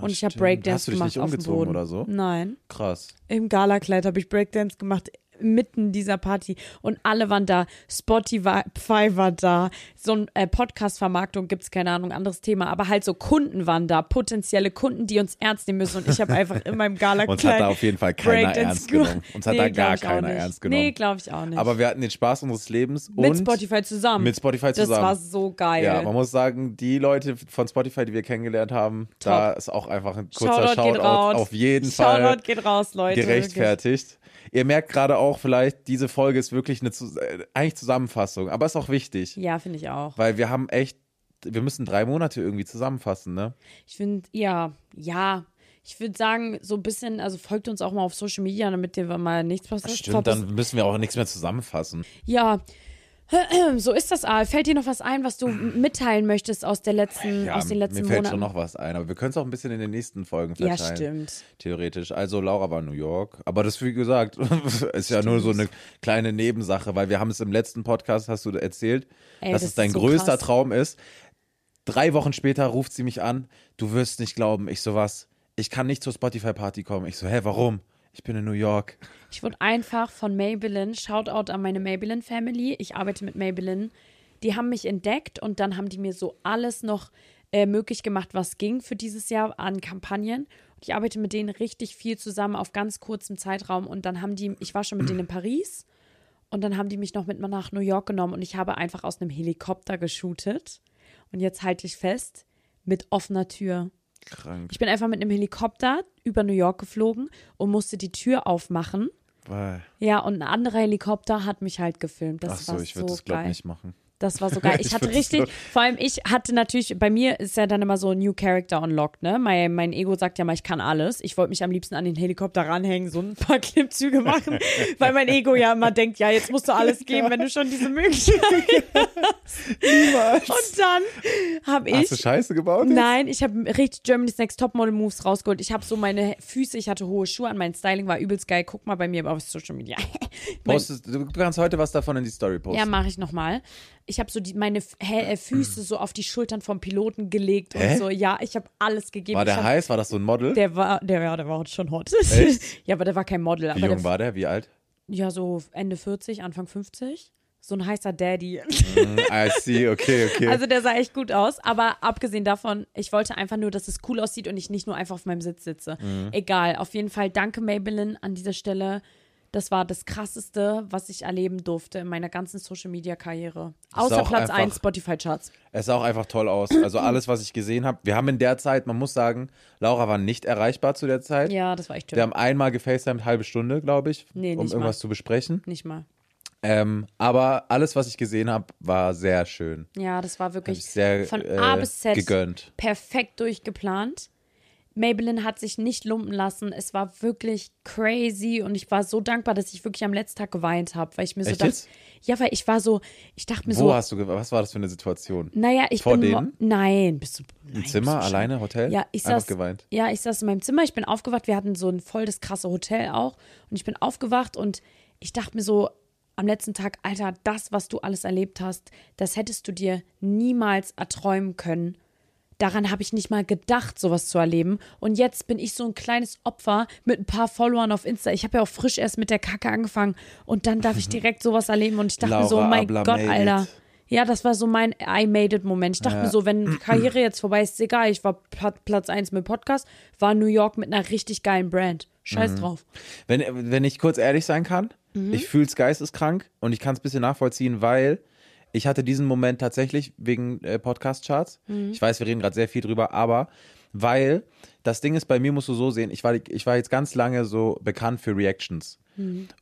Speaker 2: und ich habe
Speaker 1: Ah, stimmt.
Speaker 2: Breakdance
Speaker 1: Hast du dich
Speaker 2: gemacht
Speaker 1: nicht
Speaker 2: auf dem
Speaker 1: umgezogen
Speaker 2: Boden.
Speaker 1: oder so?
Speaker 2: Nein,
Speaker 1: Krass.
Speaker 2: im Galakleid habe ich Breakdance gemacht mitten dieser Party und alle waren da. Spotify war da. So ein äh, Podcast-Vermarktung gibt's keine Ahnung, anderes Thema. Aber halt so Kunden waren da, potenzielle Kunden, die uns ernst nehmen müssen. Und ich habe einfach in meinem Gala
Speaker 1: Uns hat da
Speaker 2: kleinen
Speaker 1: auf jeden Fall keiner
Speaker 2: Breakdance
Speaker 1: ernst
Speaker 2: gemacht.
Speaker 1: genommen. Uns hat
Speaker 2: Nee,
Speaker 1: da
Speaker 2: glaub
Speaker 1: gar
Speaker 2: ich auch
Speaker 1: keiner
Speaker 2: nicht.
Speaker 1: ernst genommen.
Speaker 2: Nee, glaube ich auch nicht.
Speaker 1: Aber wir hatten den Spaß unseres Lebens
Speaker 2: mit
Speaker 1: und
Speaker 2: Spotify zusammen.
Speaker 1: mit Spotify
Speaker 2: Das
Speaker 1: zusammen.
Speaker 2: war so geil.
Speaker 1: Ja, man muss sagen, die Leute von Spotify, die wir kennengelernt haben, da ist auch einfach ein kurzer
Speaker 2: Shoutout geht raus.
Speaker 1: auf jeden
Speaker 2: Shoutout
Speaker 1: Fall
Speaker 2: geht raus, Leute.
Speaker 1: gerechtfertigt. Ihr merkt gerade auch vielleicht, diese Folge ist wirklich eine Zus- äh, eigentlich Zusammenfassung, aber ist auch wichtig,
Speaker 2: Wirklich. Ja, finde ich auch.
Speaker 1: weil wir haben echt, wir müssen drei Monate irgendwie zusammenfassen, ne?
Speaker 2: Ich finde, ja, ja. Ich würde sagen, so ein bisschen, also folgt uns auch mal auf Social Media, damit dir mal nichts passiert.
Speaker 1: Stimmt, dann müssen wir auch nichts mehr zusammenfassen.
Speaker 2: Ja, so ist das, Aal. Fällt dir noch was ein, was du m- mitteilen möchtest aus, der letzten,
Speaker 1: Ja,
Speaker 2: aus den letzten
Speaker 1: mir fällt
Speaker 2: Monaten?
Speaker 1: schon noch was ein, aber wir können es auch ein bisschen in den nächsten Folgen
Speaker 2: ja,
Speaker 1: verteilen.
Speaker 2: stimmt.
Speaker 1: Theoretisch. Also Laura war in New York. Aber das, wie gesagt, ist ja nur so eine kleine Nebensache, weil wir haben es im letzten Podcast, hast du erzählt,
Speaker 2: Ey,
Speaker 1: dass
Speaker 2: das
Speaker 1: es dein
Speaker 2: ist so
Speaker 1: größter
Speaker 2: krass.
Speaker 1: Traum ist. Drei Wochen später ruft sie mich an, du wirst nicht glauben. Ich so, was? Ich kann nicht zur Spotify-Party kommen. Ich so, hä, warum? Ich bin in New York.
Speaker 2: Ich wurde einfach von Maybelline, Shoutout an meine Maybelline-Family, ich arbeite mit Maybelline, die haben mich entdeckt und dann haben die mir so alles noch äh, möglich gemacht, was ging für dieses Jahr an Kampagnen. Und ich arbeite mit denen richtig viel zusammen auf ganz kurzem Zeitraum und dann haben die, ich war schon mit denen in Paris und dann haben die mich noch mit nach New York genommen und ich habe einfach aus einem Helikopter geshootet. Und jetzt halte ich fest, mit offener Tür.
Speaker 1: Krank.
Speaker 2: Ich bin einfach mit einem Helikopter über New York geflogen und musste die Tür aufmachen.
Speaker 1: Weil-
Speaker 2: Ja, und ein anderer Helikopter hat mich halt gefilmt.
Speaker 1: Ach
Speaker 2: Das
Speaker 1: so,
Speaker 2: war
Speaker 1: ich
Speaker 2: so
Speaker 1: würde das, glaube
Speaker 2: geil.
Speaker 1: ich, nicht machen.
Speaker 2: Das war so geil. Ich,
Speaker 1: Ich
Speaker 2: hatte
Speaker 1: würd das
Speaker 2: richtig,
Speaker 1: glaub-
Speaker 2: vor allem ich hatte natürlich, bei mir ist ja dann immer so New Character Unlocked, ne? Mein, mein Ego sagt ja mal, ich kann alles. Ich wollte mich am liebsten an den Helikopter ranhängen, so ein paar Klimmzüge machen, weil mein Ego ja immer denkt, ja, jetzt musst du alles geben, wenn du schon diese Möglichkeit hast. Und dann habe ich
Speaker 1: Hast du Scheiße gebaut? jetzt?
Speaker 2: Nein, ich habe richtig Germany's Next Topmodel Moves rausgeholt. Ich habe so meine Füße, ich hatte hohe Schuhe an, mein Styling war übelst geil. Guck mal bei mir auf Social Media. mein,
Speaker 1: Postest, du kannst heute was davon in die Story posten.
Speaker 2: ja, mache ich nochmal. Ich habe so die, meine F- hä, äh, Füße so auf die Schultern vom Piloten gelegt und
Speaker 1: Hm. Hä?
Speaker 2: so. Ja, ich habe alles gegeben.
Speaker 1: war
Speaker 2: ich
Speaker 1: der
Speaker 2: hab,
Speaker 1: heiß? War das so ein Model?
Speaker 2: Der war, der, ja, der war schon hot. ja, aber der war kein Model.
Speaker 1: Wie
Speaker 2: aber
Speaker 1: jung
Speaker 2: der,
Speaker 1: war der? Wie alt?
Speaker 2: Ja, so Ende 40, Anfang 50. So ein heißer Daddy.
Speaker 1: Hm, I see, okay, okay.
Speaker 2: Also der sah echt gut aus, aber abgesehen davon, ich wollte einfach nur, dass es cool aussieht und ich nicht nur einfach auf meinem Sitz sitze.
Speaker 1: Mhm.
Speaker 2: Egal, auf jeden Fall danke Maybelline an dieser Stelle. Das war das krasseste, was ich erleben durfte in meiner ganzen Social Media Karriere.
Speaker 1: ist
Speaker 2: Außer
Speaker 1: auch
Speaker 2: Platz
Speaker 1: einfach-
Speaker 2: 1 Spotify Charts.
Speaker 1: Es sah auch einfach toll aus. Also alles, was ich gesehen habe. Wir haben in der Zeit, man muss sagen, Laura war nicht erreichbar zu der Zeit.
Speaker 2: Ja, das war echt
Speaker 1: Wir
Speaker 2: toll.
Speaker 1: haben einmal gefacetimed, halbe Stunde, glaube ich,
Speaker 2: Nee,
Speaker 1: um
Speaker 2: nicht
Speaker 1: irgendwas
Speaker 2: mal.
Speaker 1: zu besprechen.
Speaker 2: Nicht mal.
Speaker 1: Ähm, aber alles, was ich gesehen habe, war sehr schön.
Speaker 2: Ja, das war wirklich
Speaker 1: ich sehr,
Speaker 2: von
Speaker 1: äh,
Speaker 2: A bis Z
Speaker 1: gegönnt.
Speaker 2: perfekt durchgeplant. Maybelline hat sich nicht lumpen lassen. Es war wirklich crazy und ich war so dankbar, dass ich wirklich am letzten Tag geweint habe, weil ich mir so
Speaker 1: Echt
Speaker 2: dachte,
Speaker 1: jetzt?
Speaker 2: ja, weil ich war so, ich dachte mir
Speaker 1: Wo
Speaker 2: so,
Speaker 1: hast du, ge- was war das für eine Situation?
Speaker 2: naja, ich
Speaker 1: vor
Speaker 2: bin mo-
Speaker 1: denen?
Speaker 2: nein, bist du nein,
Speaker 1: Im Zimmer,
Speaker 2: bist du
Speaker 1: alleine,
Speaker 2: schon-
Speaker 1: Hotel?
Speaker 2: Ja, ich
Speaker 1: Einfach
Speaker 2: saß
Speaker 1: geweint.
Speaker 2: ja, ich saß in meinem Zimmer, ich bin aufgewacht, wir hatten so ein voll das krasse Hotel auch und ich bin aufgewacht und ich dachte mir so am letzten Tag, Alter, das, was du alles erlebt hast, das hättest du dir niemals erträumen können. Daran habe ich nicht mal gedacht, sowas zu erleben. Und jetzt bin ich so ein kleines Opfer mit ein paar Followern auf Insta. Ich habe ja auch frisch erst mit der Kacke angefangen und dann darf ich direkt sowas erleben. Und ich dachte mir so,
Speaker 1: Mhm. Laura
Speaker 2: mein
Speaker 1: Abla
Speaker 2: Gott,
Speaker 1: made
Speaker 2: Alter.
Speaker 1: it.
Speaker 2: Ja, das war so mein I made it Moment. Ich dachte mir so, wenn die Karriere jetzt vorbei ist, ist egal. Ich war Pla- Platz 1 mit Podcast, war New York mit einer richtig geilen Brand.
Speaker 1: Mhm.
Speaker 2: Scheiß drauf.
Speaker 1: Wenn, wenn ich kurz ehrlich sein kann, ich fühle es geisteskrank und ich kann es ein bisschen nachvollziehen, weil ich hatte diesen Moment tatsächlich wegen äh, Podcast-Charts. Ich weiß, wir reden gerade sehr viel drüber, aber weil das Ding ist, bei mir musst du so sehen, ich war, ich war jetzt ganz lange so bekannt für Reactions.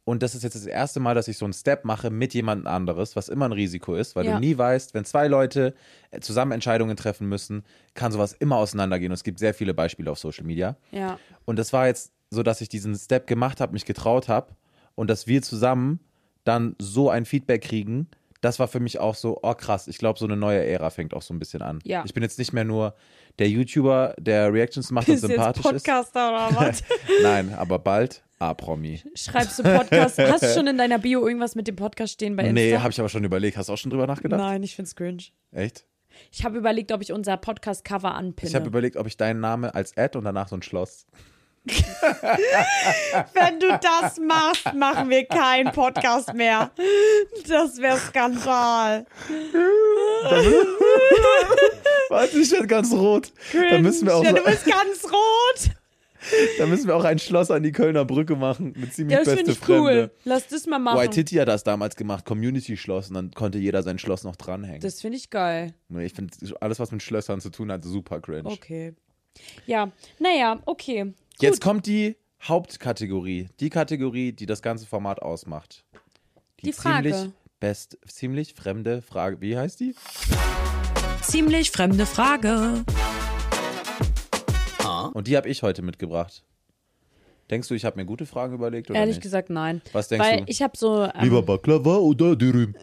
Speaker 1: Und das ist jetzt das erste Mal, dass ich so einen Step mache mit jemand anderes, was immer ein Risiko ist, weil
Speaker 2: Ja.
Speaker 1: du nie weißt, wenn zwei Leute äh, zusammen Entscheidungen treffen müssen, kann sowas immer auseinandergehen. Und es gibt sehr viele Beispiele auf Social Media.
Speaker 2: Ja.
Speaker 1: Und das war jetzt so, dass ich diesen Step gemacht habe, mich getraut habe und dass wir zusammen dann so ein Feedback kriegen. Das war für mich auch so, oh krass, ich glaube, so eine neue Ära fängt auch so ein bisschen an.
Speaker 2: Ja.
Speaker 1: Ich bin jetzt nicht mehr nur der YouTuber, der Reactions macht und
Speaker 2: Bist du jetzt
Speaker 1: sympathisch ist.
Speaker 2: Podcaster oder was?
Speaker 1: Nein, aber bald ah, A-Promi.
Speaker 2: Schreibst du Podcast? Hast du schon in deiner Bio irgendwas mit dem Podcast stehen bei Insta?
Speaker 1: Nee, habe ich aber schon überlegt. Hast du auch schon drüber nachgedacht?
Speaker 2: Nein, ich find's cringe.
Speaker 1: Echt?
Speaker 2: Ich habe überlegt, ob ich unser Podcast Cover anpinne.
Speaker 1: Ich habe überlegt, ob ich deinen Namen als Ad und danach so ein Schloss.
Speaker 2: Wenn du das machst, machen wir keinen Podcast mehr. Das wäre Skandal.
Speaker 1: Warte, ich werde ganz rot. Da
Speaker 2: Cringe.
Speaker 1: müssen, wir auch,
Speaker 2: ja, du bist ganz rot.
Speaker 1: da müssen wir auch ein Schloss an die Kölner Brücke machen. Mit ziemlich
Speaker 2: Ja, das
Speaker 1: beste
Speaker 2: finde ich
Speaker 1: Fremde.
Speaker 2: cool. Lass das mal machen.
Speaker 1: Waititi hat das damals gemacht, Community-Schloss, und dann konnte jeder sein Schloss noch dranhängen.
Speaker 2: Das finde ich geil.
Speaker 1: Nee, ich finde alles, was mit Schlössern zu tun hat, super cringe.
Speaker 2: Okay. Ja, naja, okay.
Speaker 1: Jetzt kommt die Hauptkategorie. Die Kategorie, die das ganze Format ausmacht.
Speaker 2: Die Frage.
Speaker 1: Ziemlich, best, ziemlich fremde Frage. Wie heißt die?
Speaker 4: Ziemlich fremde Frage.
Speaker 2: Ah.
Speaker 1: Und die habe ich heute mitgebracht. Denkst du, ich habe mir gute Fragen überlegt? Oder
Speaker 2: Ehrlich
Speaker 1: nicht?
Speaker 2: gesagt, nein.
Speaker 1: Was denkst
Speaker 2: Weil
Speaker 1: du?
Speaker 2: ich habe so. Ähm,
Speaker 1: Lieber Baklava oder Dürüm?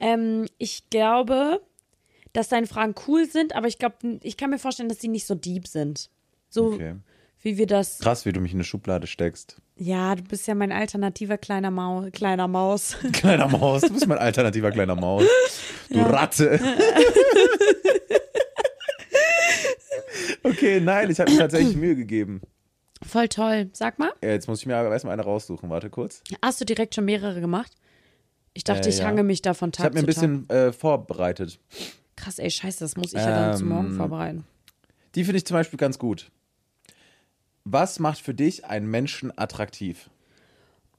Speaker 2: Ähm, ich glaube, dass deine Fragen cool sind, aber ich glaube, ich kann mir vorstellen, dass die nicht so deep sind. So
Speaker 1: Okay.
Speaker 2: wie wir das.
Speaker 1: Krass, wie du mich in eine Schublade steckst.
Speaker 2: Ja, du bist ja mein alternativer kleiner, Mau kleiner Maus.
Speaker 1: Kleiner Maus, du bist mein alternativer kleiner Maus. Du Ratte. okay, nein, ich habe mir tatsächlich Mühe gegeben.
Speaker 2: Voll toll. Sag mal,
Speaker 1: Äh, Jetzt muss ich mir aber erstmal eine raussuchen. Warte kurz.
Speaker 2: hast du direkt schon mehrere gemacht? Ich dachte,
Speaker 1: Äh,
Speaker 2: ich
Speaker 1: ja.
Speaker 2: hange mich da von
Speaker 1: Ich
Speaker 2: Tag
Speaker 1: habe mir
Speaker 2: zu
Speaker 1: ein bisschen äh, vorbereitet.
Speaker 2: Tag. Krass, ey, scheiße, das muss ich ja dann zu
Speaker 1: Ähm,
Speaker 2: morgen vorbereiten.
Speaker 1: Die finde ich zum Beispiel ganz gut. Was macht für dich einen Menschen attraktiv?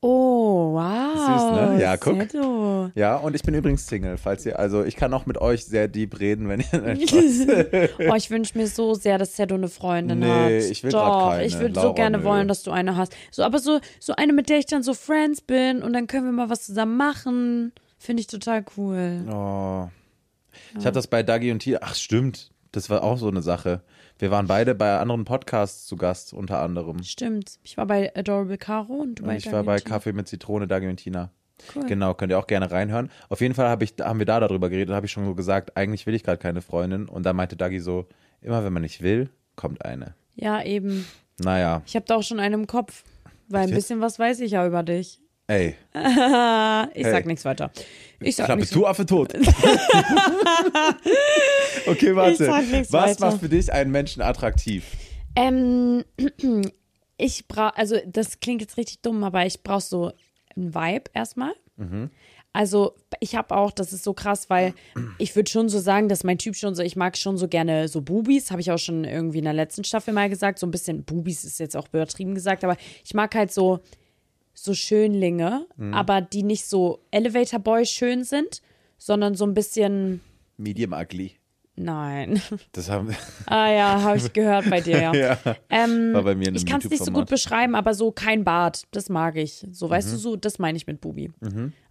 Speaker 2: Oh, wow.
Speaker 1: Süß, ne? Ja, guck.
Speaker 2: Sedo.
Speaker 1: Ja, und ich bin übrigens Single, falls ihr, also ich kann auch mit euch sehr deep reden, wenn ihr.
Speaker 2: Oh, ich wünsche mir so sehr, dass Sedo eine Freundin
Speaker 1: Nee,
Speaker 2: hat.
Speaker 1: ich will grad
Speaker 2: Doch,
Speaker 1: keine.
Speaker 2: ich würde
Speaker 1: Laura,
Speaker 2: so gerne
Speaker 1: nö.
Speaker 2: wollen, dass du eine hast. So, aber so, so eine, mit der ich dann so Friends bin und dann können wir mal was zusammen machen. Finde ich total cool.
Speaker 1: Oh. Ich habe das bei Dagi und Tia. Ach, stimmt. Das war auch so eine Sache. Wir waren beide bei anderen Podcasts zu Gast, unter anderem.
Speaker 2: Stimmt. Ich war bei Adorable Caro und du
Speaker 1: Und
Speaker 2: bei
Speaker 1: ich war bei
Speaker 2: Dagny und
Speaker 1: Kaffee mit Zitrone, Dagi und Tina.
Speaker 2: Cool.
Speaker 1: Genau, könnt ihr auch gerne reinhören. Auf jeden Fall hab ich, haben wir da darüber geredet, habe ich schon so gesagt, eigentlich will ich gerade keine Freundin. Und da meinte Dagi so, immer wenn man nicht will, kommt eine.
Speaker 2: Tim. Ja, eben.
Speaker 1: Naja,
Speaker 2: Ich habe da auch schon einen im Kopf. Weil ein
Speaker 1: Echt jetzt?
Speaker 2: bisschen was weiß ich ja über dich.
Speaker 1: ey,
Speaker 2: Ah, ich
Speaker 1: Hey.
Speaker 2: sag nichts weiter. Ich sag
Speaker 1: Klappe
Speaker 2: nichts
Speaker 1: zu, Affe tot. okay, warte.
Speaker 2: sag nichts
Speaker 1: Was
Speaker 2: weiter.
Speaker 1: macht für dich einen Menschen attraktiv?
Speaker 2: Ähm, ich brauche, also das klingt jetzt richtig dumm, aber ich brauche so ein Vibe erstmal. Also ich habe auch, das ist so krass, weil ich würde schon so sagen, dass mein Typ schon so, ich mag schon so gerne so Bubis, habe ich auch schon irgendwie in der letzten Staffel mal gesagt, so ein bisschen Bubis ist jetzt auch übertrieben gesagt, aber ich mag halt so so Schönlinge, aber die nicht so Elevator Boy schön sind, sondern so ein bisschen
Speaker 1: Medium ugly.
Speaker 2: nein.
Speaker 1: Das haben
Speaker 2: Ah ja, habe ich gehört bei dir, ja.
Speaker 1: ja.
Speaker 2: Ähm,
Speaker 1: War bei mir in
Speaker 2: ich
Speaker 1: einem
Speaker 2: kann es nicht so gut
Speaker 1: YouTube-Format. Mhm.
Speaker 2: beschreiben, aber so kein Bart, das mag ich. So, weißt du, so, das meine ich mit Bubi.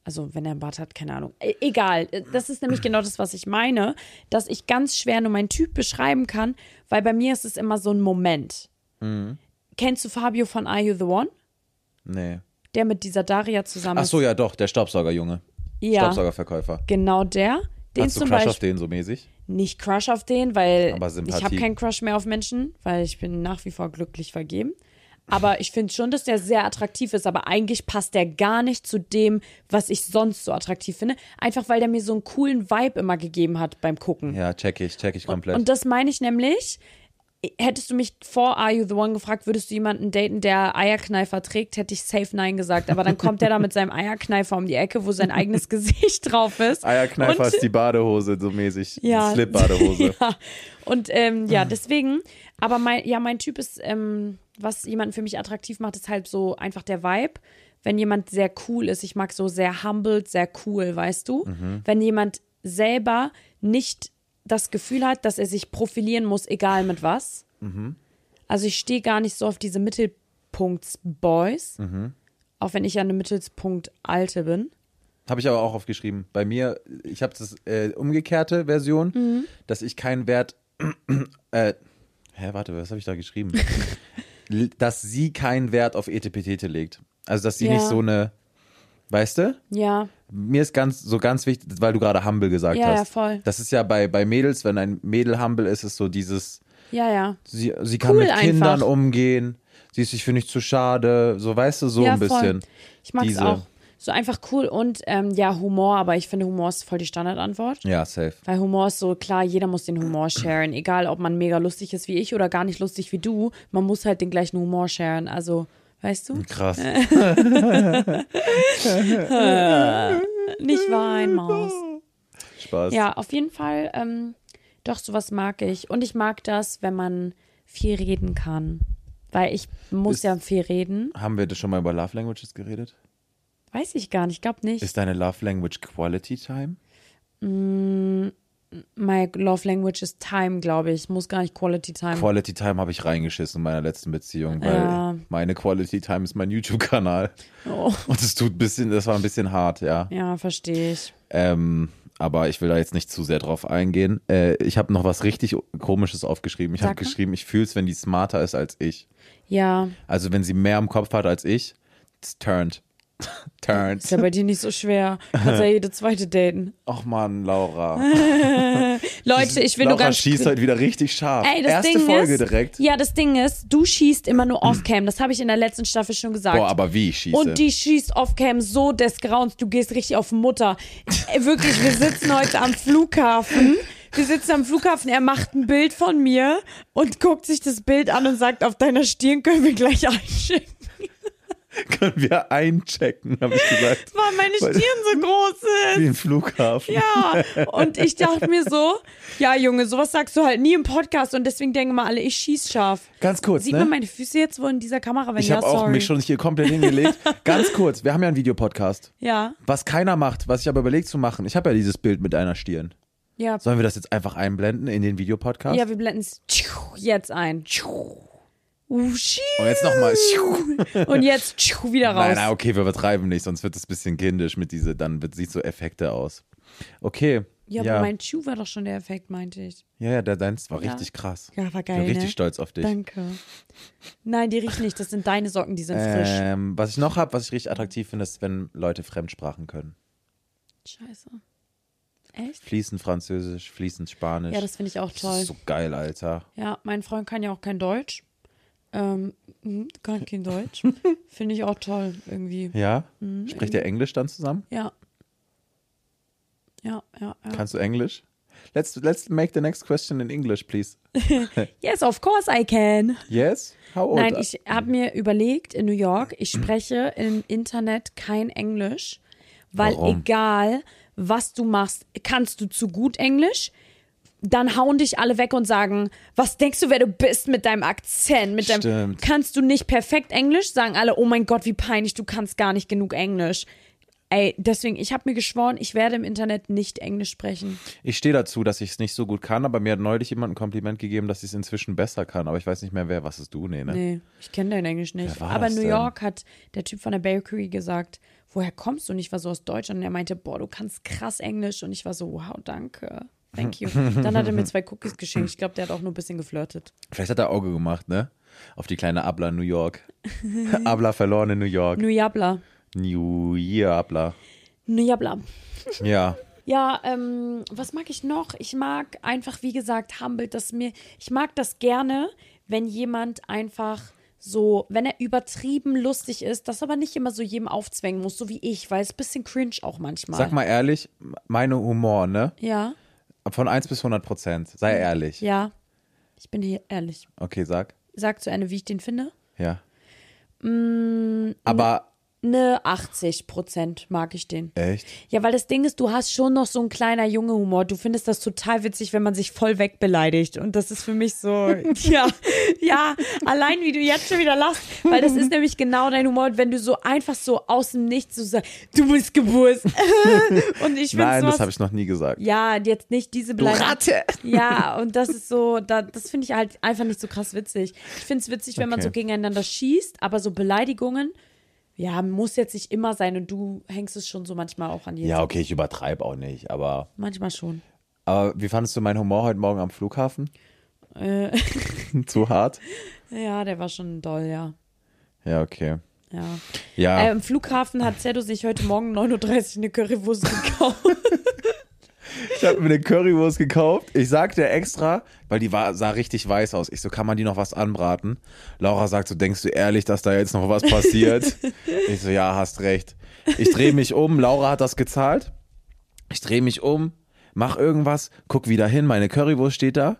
Speaker 2: Also, wenn er einen Bart hat, keine Ahnung. E egal, das ist nämlich genau das, was ich meine, dass ich ganz schwer nur meinen Typ beschreiben kann, weil bei mir ist es immer so ein Moment.
Speaker 1: Mhm.
Speaker 2: Kennst du Fabio von Are You the One?
Speaker 1: Nee.
Speaker 2: Der mit dieser Daria zusammen
Speaker 1: Ach so,
Speaker 2: ist.
Speaker 1: ja doch, der Staubsaugerjunge.
Speaker 2: Ja.
Speaker 1: Staubsaugerverkäufer.
Speaker 2: Genau der. Den
Speaker 1: Hast du
Speaker 2: zum
Speaker 1: Crush
Speaker 2: Beispiel
Speaker 1: auf den so mäßig?
Speaker 2: nicht Crush auf den, weil
Speaker 1: Aber
Speaker 2: ich
Speaker 1: Sympathie.
Speaker 2: habe keinen Crush mehr auf Menschen, weil ich bin nach wie vor glücklich vergeben. Aber ich finde schon, dass der sehr attraktiv ist, aber eigentlich passt der gar nicht zu dem, was ich sonst so attraktiv finde. Einfach weil der mir so einen coolen Vibe immer gegeben hat beim Gucken.
Speaker 1: Ja, check ich, check ich komplett.
Speaker 2: Und das meine ich nämlich, hättest du mich vor Are You the One gefragt, würdest du jemanden daten, der Eierkneifer trägt, hätte ich safe Nein gesagt. Aber dann kommt der da mit seinem Eierkneifer um die Ecke, wo sein eigenes Gesicht drauf ist.
Speaker 1: Eierkneifer
Speaker 2: Und-
Speaker 1: ist die Badehose, so mäßig.
Speaker 2: ja.
Speaker 1: Die Slip-Badehose.
Speaker 2: ja. Und ähm, ja, deswegen, aber mein, ja, mein Typ ist, ähm, was jemanden für mich attraktiv macht, ist halt so einfach der Vibe. Wenn jemand sehr cool ist, ich mag so sehr humbled, sehr cool, weißt du? Wenn jemand selber nicht das Gefühl hat, dass er sich profilieren muss, egal mit was. Also ich stehe gar nicht so auf diese Mittelpunkts-Boys, auch wenn ich ja eine Mittelpunkt-Alte bin.
Speaker 1: Habe ich aber auch aufgeschrieben. Bei mir, ich habe das äh, umgekehrte Version,
Speaker 2: Mhm.
Speaker 1: dass ich keinen Wert. äh, hä, warte, was habe ich da geschrieben? L- dass sie keinen Wert auf Etepetete legt. Also, dass sie
Speaker 2: Ja.
Speaker 1: nicht so eine. Weißt du?
Speaker 2: Ja,
Speaker 1: Mir ist ganz so ganz wichtig, weil du gerade humble gesagt
Speaker 2: Ja,
Speaker 1: hast.
Speaker 2: ja, voll.
Speaker 1: Das ist ja bei, bei Mädels, wenn ein Mädel humble ist, ist so dieses,
Speaker 2: ja, ja.
Speaker 1: sie, sie kann
Speaker 2: Cool
Speaker 1: mit
Speaker 2: einfach.
Speaker 1: Kindern umgehen, sie ist sich für nicht zu schade, so weißt du, so
Speaker 2: Ja,
Speaker 1: ein
Speaker 2: voll.
Speaker 1: bisschen.
Speaker 2: Ich mag es
Speaker 1: Diese-
Speaker 2: auch. So einfach cool und ähm, ja, Humor, aber ich finde, Humor ist voll die Standardantwort.
Speaker 1: Ja, safe.
Speaker 2: Weil Humor ist so, klar, jeder muss den Humor sharen. Egal, ob man mega lustig ist wie ich oder gar nicht lustig wie du, man muss halt den gleichen Humor sharen. Also, weißt du?
Speaker 1: Krass.
Speaker 2: Äh, Nicht wein, Maus.
Speaker 1: Spaß.
Speaker 2: Ja, auf jeden Fall, ähm, doch, sowas mag ich. Und ich mag das, wenn man viel reden kann. Weil ich muss
Speaker 1: Ist-
Speaker 2: ja viel reden.
Speaker 1: Haben wir das schon mal über Love Languages geredet?
Speaker 2: Weiß ich gar nicht, ich glaube nicht.
Speaker 1: Ist deine Love Language Quality Time?
Speaker 2: My love language ist time, glaube ich. Muss gar nicht quality time.
Speaker 1: Quality Time habe ich reingeschissen in meiner letzten Beziehung, weil
Speaker 2: Ja.
Speaker 1: meine Quality Time ist mein YouTube-Kanal.
Speaker 2: Oh.
Speaker 1: Und das tut ein bisschen, das war ein bisschen hart, ja.
Speaker 2: Ja, verstehe ich.
Speaker 1: Ähm, aber ich will da jetzt nicht zu sehr drauf eingehen. Äh, ich habe noch was richtig Komisches aufgeschrieben. Ich habe
Speaker 2: Sag mal.
Speaker 1: geschrieben, ich fühle es, wenn die smarter ist als ich.
Speaker 2: Ja,
Speaker 1: Also wenn sie mehr im Kopf hat als ich, it's turned. turned.
Speaker 2: ist ja bei dir nicht so schwer. Kannst ja jede zweite daten.
Speaker 1: Och man, Laura.
Speaker 2: Leute, ich will
Speaker 1: Laura
Speaker 2: nur ganz.
Speaker 1: schießt heute wieder richtig scharf.
Speaker 2: Ey, das
Speaker 1: Erste
Speaker 2: Ding
Speaker 1: Folge
Speaker 2: ist,
Speaker 1: direkt. Hm.
Speaker 2: Ja, das Ding ist, du schießt immer nur off-cam. Das habe ich in der letzten Staffel schon gesagt.
Speaker 1: Boah, aber wie ich schieße.
Speaker 2: und die schießt off-cam so des Grauens. Du gehst richtig auf Mutter. Ey, Wirklich, wir sitzen heute am Flughafen. Wir sitzen am Flughafen, er macht ein Bild von mir und guckt sich das Bild an und sagt, auf deiner Stirn können wir gleich einschicken,
Speaker 1: können wir einchecken, habe ich gesagt.
Speaker 2: weil meine
Speaker 1: Weil-
Speaker 2: Stirn so groß ist.
Speaker 1: Wie im Flughafen.
Speaker 2: Ja, und ich dachte mir so, ja Junge, sowas sagst du halt nie im Podcast und deswegen denken mal alle, ich schieß scharf.
Speaker 1: Ganz kurz,
Speaker 2: Sieht
Speaker 1: ne?
Speaker 2: man meine Füße jetzt wohl in dieser Kamera, wenn
Speaker 1: ich
Speaker 2: ja,
Speaker 1: habe auch
Speaker 2: sorry.
Speaker 1: mich schon hier komplett hingelegt. Ganz kurz, wir haben ja einen Videopodcast.
Speaker 2: ja,
Speaker 1: Was keiner macht, was ich aber überlegt zu machen. Ich habe ja dieses Bild mit einer Stirn.
Speaker 2: ja.
Speaker 1: Sollen wir das jetzt einfach einblenden in den Videopodcast?
Speaker 2: Ja, wir blenden es jetzt ein. Uh, schie-
Speaker 1: Und jetzt nochmal.
Speaker 2: Und jetzt tschiu, wieder raus.
Speaker 1: Oh, Nein, nein, okay, wir übertreiben nicht, sonst wird es ein bisschen kindisch mit diese, dann wird, sieht so Effekte aus. Okay.
Speaker 2: ja, aber
Speaker 1: ja,
Speaker 2: mein Tschu war doch schon der Effekt, meinte ich.
Speaker 1: ja, ja, der deins war richtig krass.
Speaker 2: Ja, war
Speaker 1: ich bin
Speaker 2: geil,
Speaker 1: richtig
Speaker 2: ne?
Speaker 1: stolz auf dich.
Speaker 2: Danke. Nein, die riechen nicht. Das sind deine Socken, die sind frisch.
Speaker 1: Ähm, was ich noch habe, was ich richtig attraktiv finde, ist, wenn Leute Fremdsprachen können.
Speaker 2: Scheiße. Echt?
Speaker 1: Fließend Französisch, fließend Spanisch.
Speaker 2: Ja, das finde ich auch
Speaker 1: Das
Speaker 2: toll.
Speaker 1: ist so geil, Alter.
Speaker 2: Ja, mein Freund kann ja auch kein Deutsch. Ähm, mhm, kann kein Deutsch. Finde ich auch toll, irgendwie.
Speaker 1: Ja?
Speaker 2: Mhm.
Speaker 1: Spricht ihr Englisch dann zusammen?
Speaker 2: Ja. Ja, ja, ja.
Speaker 1: Kannst du Englisch? Let's, let's make the next question in English, please.
Speaker 2: Yes, of course I can.
Speaker 1: Yes? How old?
Speaker 2: Nein, ich habe mir überlegt in New York, ich spreche im Internet kein Englisch, weil
Speaker 1: Warum?
Speaker 2: egal, was du machst, kannst du zu gut Englisch, dann hauen dich alle weg und sagen, was denkst du, wer du bist mit deinem Akzent, mit deinem
Speaker 1: Stimmt.
Speaker 2: kannst du nicht perfekt Englisch, sagen alle, oh mein Gott, wie peinlich, du kannst gar nicht genug Englisch. Ey, deswegen, ich habe mir geschworen, ich werde im Internet nicht Englisch sprechen.
Speaker 1: Ich stehe dazu, dass ich es nicht so gut kann, aber mir hat neulich jemand ein Kompliment gegeben, dass ich es inzwischen besser kann. Aber ich weiß nicht mehr, wer. Was ist du? Nee, ne?
Speaker 2: Nee, ich kenne dein Englisch nicht.
Speaker 1: Wer war
Speaker 2: Aber
Speaker 1: das
Speaker 2: New
Speaker 1: denn?
Speaker 2: York hat der Typ von der Bakery gesagt, woher kommst du? Und ich war so aus Deutschland. Und er meinte, boah, du kannst krass Englisch. Und ich war so, wow, danke. Thank you. Dann hat er mir zwei Cookies geschenkt. Ich glaube, der hat auch nur ein bisschen geflirtet.
Speaker 1: Vielleicht hat er Auge gemacht, ne? Auf die kleine Abla New York. Abla verloren in New York.
Speaker 2: New Jabla.
Speaker 1: New Year Abla.
Speaker 2: New Jabla.
Speaker 1: Ja.
Speaker 2: Ja, ähm, was mag ich noch? Ich mag einfach, wie gesagt, humble, dass mir, ich mag das gerne, wenn jemand einfach so, wenn er übertrieben lustig ist, das aber nicht immer so jedem aufzwängen muss, so wie ich, weil es ein bisschen cringe auch manchmal.
Speaker 1: Sag mal ehrlich, meine Humor, ne?
Speaker 2: Ja.
Speaker 1: Von 1 bis 100 Prozent. Sei ehrlich.
Speaker 2: Ja, ich bin hier ehrlich.
Speaker 1: Okay, sag.
Speaker 2: Sag zu Ende, wie ich den finde.
Speaker 1: Ja.
Speaker 2: Mm,
Speaker 1: aber
Speaker 2: Ne 80 Prozent mag ich den.
Speaker 1: echt?
Speaker 2: Ja, weil das Ding ist, du hast schon noch so ein kleiner junge Humor. Du findest das total witzig, wenn man sich voll wegbeleidigt. Und das ist für mich so, ja, ja, allein wie du jetzt schon wieder lachst. Weil das ist nämlich genau dein Humor. Und wenn du so einfach so aus dem Nichts so sagst, du bist Geburt. Und ich finde
Speaker 1: Nein,
Speaker 2: sowas,
Speaker 1: das habe ich noch nie gesagt.
Speaker 2: Ja, jetzt nicht diese Beleidigung.
Speaker 1: Ratte!
Speaker 2: Ja, und das ist so, da, das finde ich halt einfach nicht so krass witzig. Ich finde es witzig, wenn man
Speaker 1: Okay.
Speaker 2: so gegeneinander schießt, aber so Beleidigungen, ja, muss jetzt nicht immer sein und du hängst es schon so manchmal auch an jeden.
Speaker 1: Ja, okay, ich übertreibe auch nicht, aber.
Speaker 2: Manchmal schon.
Speaker 1: Aber wie fandest du meinen Humor heute Morgen am Flughafen? Zu hart?
Speaker 2: Äh, Ja, der war schon doll, ja.
Speaker 1: Ja, okay.
Speaker 2: ja.
Speaker 1: Ja,
Speaker 2: Äh, Im um Flughafen hat Zedo sich heute Morgen 9.30 Uhr eine Currywurst gekauft.
Speaker 1: Ich habe mir eine Currywurst gekauft. Ich sagte extra, weil die war, sah richtig weiß aus. Ich so, kann man die noch was anbraten? Laura sagt so, denkst du ehrlich, dass da jetzt noch was passiert? ich so, ja, hast recht. Ich drehe mich um, Laura hat das gezahlt. Ich drehe mich um, mach irgendwas, guck wieder hin, meine Currywurst steht da.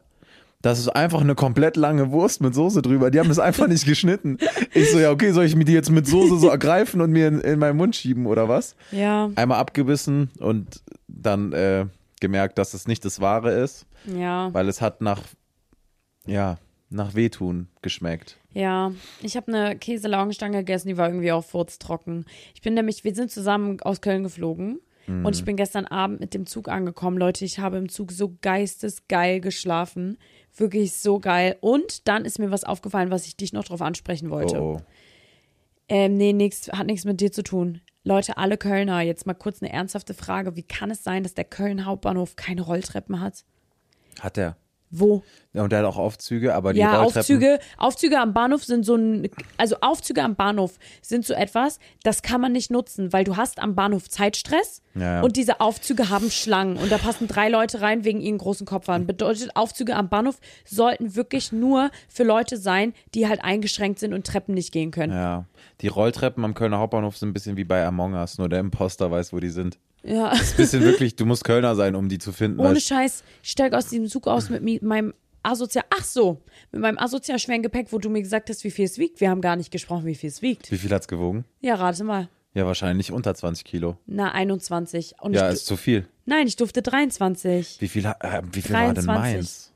Speaker 1: Das ist einfach eine komplett lange Wurst mit Soße drüber. Die haben es einfach nicht geschnitten. Ich so, ja, okay, soll ich mir die jetzt mit Soße so ergreifen und mir in, in meinen Mund schieben oder was?
Speaker 2: Ja,
Speaker 1: einmal abgebissen und dann äh, gemerkt, dass es nicht das Wahre ist,
Speaker 2: ja,
Speaker 1: weil es hat nach, ja, nach Wehtun geschmeckt.
Speaker 2: ja. Ich habe eine Käselaugenstange gegessen, die war irgendwie auch furztrocken. Ich bin nämlich, wir sind zusammen aus Köln geflogen
Speaker 1: Mhm.
Speaker 2: und ich bin gestern Abend mit dem Zug angekommen. Leute, ich habe im Zug so geistesgeil geschlafen. Wirklich so geil. Und dann ist mir was aufgefallen, was ich dich noch drauf ansprechen
Speaker 1: Oh,
Speaker 2: wollte.
Speaker 1: oh.
Speaker 2: Ähm, nee, nix, hat nichts mit dir zu tun. Leute, alle Kölner, jetzt mal kurz eine ernsthafte Frage. Wie kann es sein, dass der Köln Hauptbahnhof keine Rolltreppen hat?
Speaker 1: hat er.
Speaker 2: Wo?
Speaker 1: Ja, und er hat auch Aufzüge, aber die
Speaker 2: ja,
Speaker 1: Rolltreppen.
Speaker 2: Aufzüge, Aufzüge am Bahnhof sind so ein, also Aufzüge am Bahnhof sind so etwas, das kann man nicht nutzen, weil du hast am Bahnhof Zeitstress
Speaker 1: Ja, ja.
Speaker 2: und diese Aufzüge haben Schlangen und da passen drei Leute rein wegen ihren großen Kopfern. Bedeutet, Aufzüge am Bahnhof sollten wirklich nur für Leute sein, die halt eingeschränkt sind und Treppen nicht gehen können.
Speaker 1: Ja, die Rolltreppen am Kölner Hauptbahnhof sind ein bisschen wie bei Among Us, nur der Imposter weiß, wo die sind.
Speaker 2: Ja.
Speaker 1: Bisschen wirklich, du musst Kölner sein, um die zu finden.
Speaker 2: Ohne
Speaker 1: weißt-
Speaker 2: Scheiß, ich steig aus diesem Zug aus mit mi- meinem asozial, ach so, mit meinem asozial schweren Gepäck, wo du mir gesagt hast, wie viel es wiegt. Wir haben gar nicht gesprochen, wie viel es wiegt.
Speaker 1: Wie viel hat's gewogen?
Speaker 2: Ja, rate mal.
Speaker 1: Ja, wahrscheinlich unter 20 Kilo.
Speaker 2: Na, 21. Und
Speaker 1: Ja,
Speaker 2: ich,
Speaker 1: ist zu viel.
Speaker 2: nein, ich durfte 23.
Speaker 1: Wie viel, ha- äh, wie viel war
Speaker 2: 23.
Speaker 1: denn meins?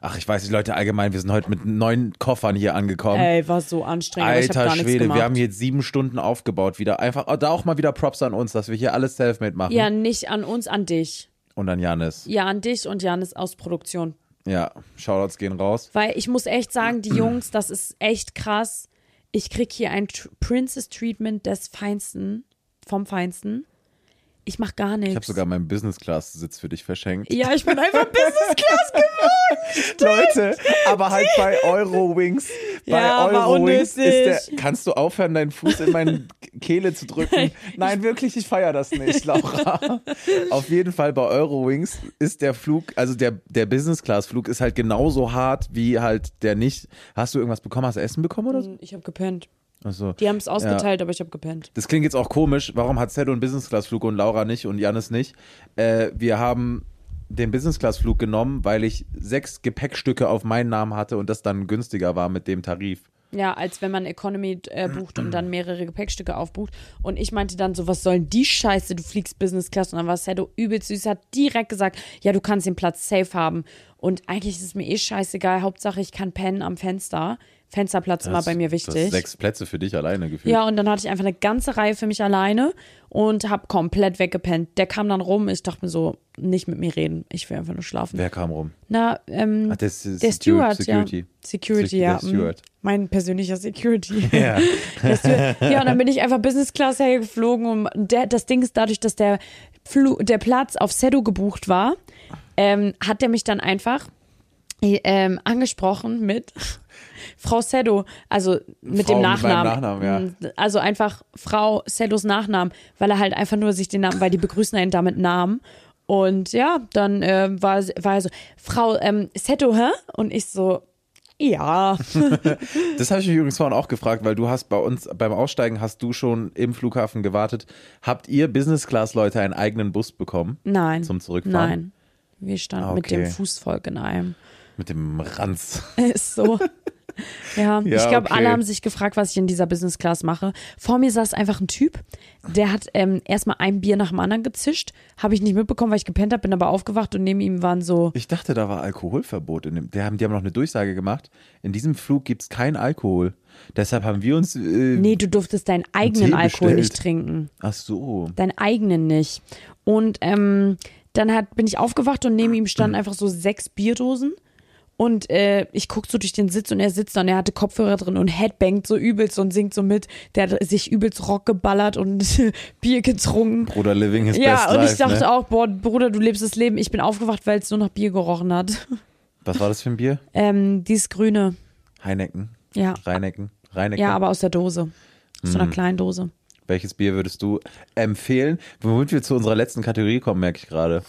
Speaker 1: Ach, ich weiß nicht, Leute, allgemein, wir sind heute mit neun Koffern hier angekommen.
Speaker 2: Ey, war so anstrengend, aber ich hab
Speaker 1: Alter
Speaker 2: gar nichts
Speaker 1: Schwede,
Speaker 2: gemacht.
Speaker 1: wir haben hier sieben Stunden aufgebaut wieder. Einfach, oh, da auch mal wieder Props an uns, dass wir hier alles Selfmade machen.
Speaker 2: ja, nicht an uns, an dich.
Speaker 1: Und an Janis.
Speaker 2: Ja, an dich und Janis aus Produktion.
Speaker 1: Ja, Shoutouts gehen raus.
Speaker 2: Weil ich muss echt sagen, die Jungs, das ist echt krass. Ich krieg hier ein Tr- Princess-Treatment des Feinsten, vom Feinsten. Ich mach gar nichts.
Speaker 1: Ich habe sogar meinen Business-Class-Sitz für dich verschenkt.
Speaker 2: Ja, ich bin einfach Business Class geworden.
Speaker 1: Leute, aber halt bei Eurowings. Bei
Speaker 2: Ja, war
Speaker 1: Eurowings ist der.
Speaker 2: unnötig.
Speaker 1: Kannst du aufhören, deinen Fuß in meine Kehle zu drücken? Nein, wirklich, ich feiere das nicht, Laura. Auf jeden Fall bei Eurowings ist der Flug, also der, der Business-Class-Flug ist halt genauso hart wie halt der nicht. Hast du irgendwas bekommen? Hast du Essen bekommen oder so?
Speaker 2: Ich habe gepennt.
Speaker 1: Achso.
Speaker 2: Die haben es ausgeteilt, aber ich habe gepennt.
Speaker 1: Also, Das klingt jetzt auch komisch. Warum hat Zed einen Business-Class-Flug und Laura nicht und Janis nicht? Äh, wir haben den Business-Class-Flug genommen, weil ich sechs Gepäckstücke auf meinen Namen hatte und das dann günstiger war mit dem Tarif.
Speaker 2: Ja, als wenn man Economy äh,
Speaker 1: Mhm.
Speaker 2: bucht und dann mehrere Gepäckstücke aufbucht. Und ich meinte dann so, was sollen die Scheiße, du fliegst Business Class. Und dann war Sedo übel süß, hat direkt gesagt, ja, du kannst den Platz safe haben. Und eigentlich ist es mir eh scheißegal. Hauptsache, ich kann pennen am Fenster. Fensterplatz war bei mir
Speaker 1: Das
Speaker 2: wichtig.
Speaker 1: ist sechs Plätze für dich alleine gefühlt.
Speaker 2: Ja, und dann hatte ich einfach eine ganze Reihe für mich alleine und hab komplett weggepennt. Der kam dann rum, ich dachte mir so, nicht mit mir reden. Ich will einfach nur schlafen.
Speaker 1: Wer kam rum?
Speaker 2: Na, ähm,
Speaker 1: Ach, das ist
Speaker 2: der Steward,
Speaker 1: Security.
Speaker 2: ja. Security,
Speaker 1: Sec-
Speaker 2: ja.
Speaker 1: der Steward.
Speaker 2: mm. Mein persönlicher Security.
Speaker 1: Ja.
Speaker 2: Der Steward. ja, und dann bin ich einfach Business Class hergeflogen. Und der, das Ding ist, dadurch, dass der, Flu, der Platz auf Sedo gebucht war, ähm, hat der mich dann einfach äh, ähm, angesprochen mit Frau Sedo, also mit
Speaker 1: Frau
Speaker 2: dem
Speaker 1: mit meinem
Speaker 2: Nachnamen.
Speaker 1: Nachnamen, ja.
Speaker 2: Mm, Also einfach Frau Sedos Nachnamen, weil er halt einfach nur sich den Namen, weil die begrüßen einen damit Namen. Und ja, dann äh, war, war er so, Frau ähm, Sedo, hä? Und ich so, ja.
Speaker 1: Das habe ich mich übrigens vorhin auch gefragt, weil du hast bei uns beim Aussteigen hast du schon im Flughafen gewartet. Habt ihr Business-Class-Leute einen eigenen Bus bekommen?
Speaker 2: Nein.
Speaker 1: Zum Zurückfahren?
Speaker 2: Nein. Wir standen
Speaker 1: Ah,
Speaker 2: mit dem
Speaker 1: okay.
Speaker 2: Fußvolk in einem.
Speaker 1: Mit dem Ranz.
Speaker 2: Ist so. Ja, ich glaube,
Speaker 1: okay.
Speaker 2: alle haben sich gefragt, was ich in dieser Business Class mache. Vor mir saß einfach ein Typ, der hat ähm, erstmal ein Bier nach dem anderen gezischt. Habe ich nicht mitbekommen, weil ich gepennt habe, bin aber aufgewacht und neben ihm waren so.
Speaker 1: Ich dachte, da war Alkoholverbot. In dem, die, haben, die haben noch eine Durchsage gemacht. In diesem Flug gibt es keinen Alkohol. Deshalb haben wir uns. Äh,
Speaker 2: Nee, du durftest deinen eigenen
Speaker 1: Tee
Speaker 2: Alkohol nicht
Speaker 1: bestellt.
Speaker 2: trinken.
Speaker 1: Ach so.
Speaker 2: Deinen eigenen nicht. Und ähm, dann hat, bin ich aufgewacht und neben ihm standen einfach so sechs Bierdosen. Und äh, ich guck so durch den Sitz und er sitzt da und er hatte Kopfhörer drin und headbangt so übelst und singt so mit. Der hat sich übelst Rock geballert und Bier getrunken.
Speaker 1: Bruder Living is
Speaker 2: ja,
Speaker 1: best
Speaker 2: und
Speaker 1: life,
Speaker 2: ich dachte
Speaker 1: ne?
Speaker 2: auch, boah, Bruder, du lebst das Leben. Ich bin aufgewacht, weil es nur nach Bier gerochen hat.
Speaker 1: Was war das für ein Bier?
Speaker 2: Ähm, dieses Grüne.
Speaker 1: Heineken.
Speaker 2: Ja.
Speaker 1: Rheinecken. Rheinecken.
Speaker 2: Ja, aber aus der Dose. Aus so einer
Speaker 1: Mhm.
Speaker 2: kleinen Dose.
Speaker 1: Welches Bier würdest du empfehlen? Womit wir zu unserer letzten Kategorie kommen, merke ich gerade.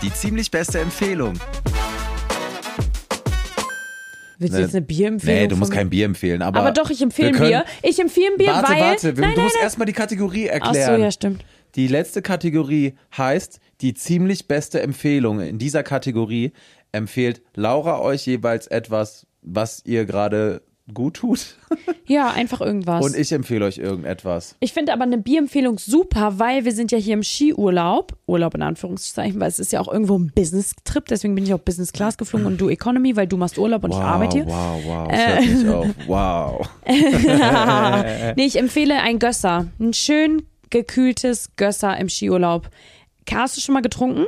Speaker 3: Die ziemlich beste Empfehlung.
Speaker 2: Willst du jetzt eine Bierempfehlung?
Speaker 1: Ne, Nee, du musst
Speaker 2: von mir?
Speaker 1: kein Bier empfehlen. Aber,
Speaker 2: Aber doch, ich empfehle ein
Speaker 1: wir können-
Speaker 2: Bier. Ich empfehle ein Bier,
Speaker 1: warte,
Speaker 2: weil.
Speaker 1: warte, wir-
Speaker 2: nein,
Speaker 1: du
Speaker 2: nein,
Speaker 1: musst
Speaker 2: nein.
Speaker 1: erstmal die Kategorie
Speaker 2: Ach so,
Speaker 1: erklären.
Speaker 2: ja, stimmt.
Speaker 1: Die letzte Kategorie heißt die ziemlich beste Empfehlung. In dieser Kategorie empfiehlt Laura euch jeweils etwas, was ihr gerade gut tut.
Speaker 2: Ja, einfach irgendwas.
Speaker 1: Und ich empfehle euch irgendetwas.
Speaker 2: Ich finde aber eine Bierempfehlung super, weil wir sind ja hier im Skiurlaub. Urlaub in Anführungszeichen, weil es ist ja auch irgendwo ein Business-Trip. Deswegen bin ich auch Business Class geflogen und du Economy, weil du machst Urlaub und ich arbeite hier. Äh.
Speaker 1: wow, wow, das hört nicht auf. Wow.
Speaker 2: Nee, ich empfehle ein Gösser. Ein schön gekühltes Gösser im Skiurlaub. Hast du schon mal getrunken?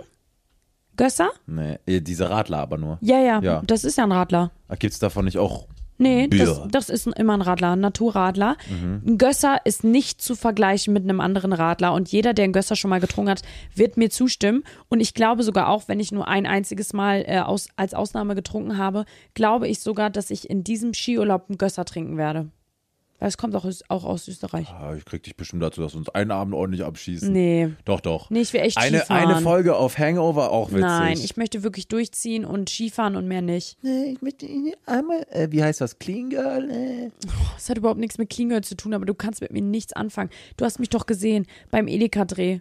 Speaker 2: Gösser?
Speaker 1: Nee, diese Radler aber nur.
Speaker 2: Ja, ja.
Speaker 1: Ja.
Speaker 2: Das ist ja ein Radler.
Speaker 1: Gibt es davon nicht auch?
Speaker 2: Nee, das,
Speaker 1: Bier.
Speaker 2: das ist ein- immer ein Radler, ein Naturradler. Ein Gösser ist nicht zu vergleichen mit einem anderen Radler. Und jeder, der einen Gösser schon mal getrunken hat, wird mir zustimmen. Und ich glaube sogar auch, wenn ich nur ein einziges Mal äh, aus, als Ausnahme getrunken habe, glaube ich sogar, dass ich in diesem Skiurlaub einen Gösser trinken werde. Weil es kommt auch, aus- auch aus Österreich.
Speaker 1: Ah, ich krieg dich bestimmt dazu, dass wir uns einen Abend ordentlich abschießen.
Speaker 2: Nee.
Speaker 1: Doch, doch.
Speaker 2: Nee, ich will echt
Speaker 1: eine,
Speaker 2: Skifahren.
Speaker 1: eine Folge auf Hangover auch witzig.
Speaker 2: Nein, ich möchte wirklich durchziehen und Skifahren und mehr nicht.
Speaker 1: Nee, ich möchte ihn einmal, äh, wie heißt das, Clean Girl? Äh.
Speaker 2: Das hat überhaupt nichts mit Clean Girl zu tun, aber du kannst mit mir nichts anfangen. Du hast mich doch gesehen beim Edeka-Dreh.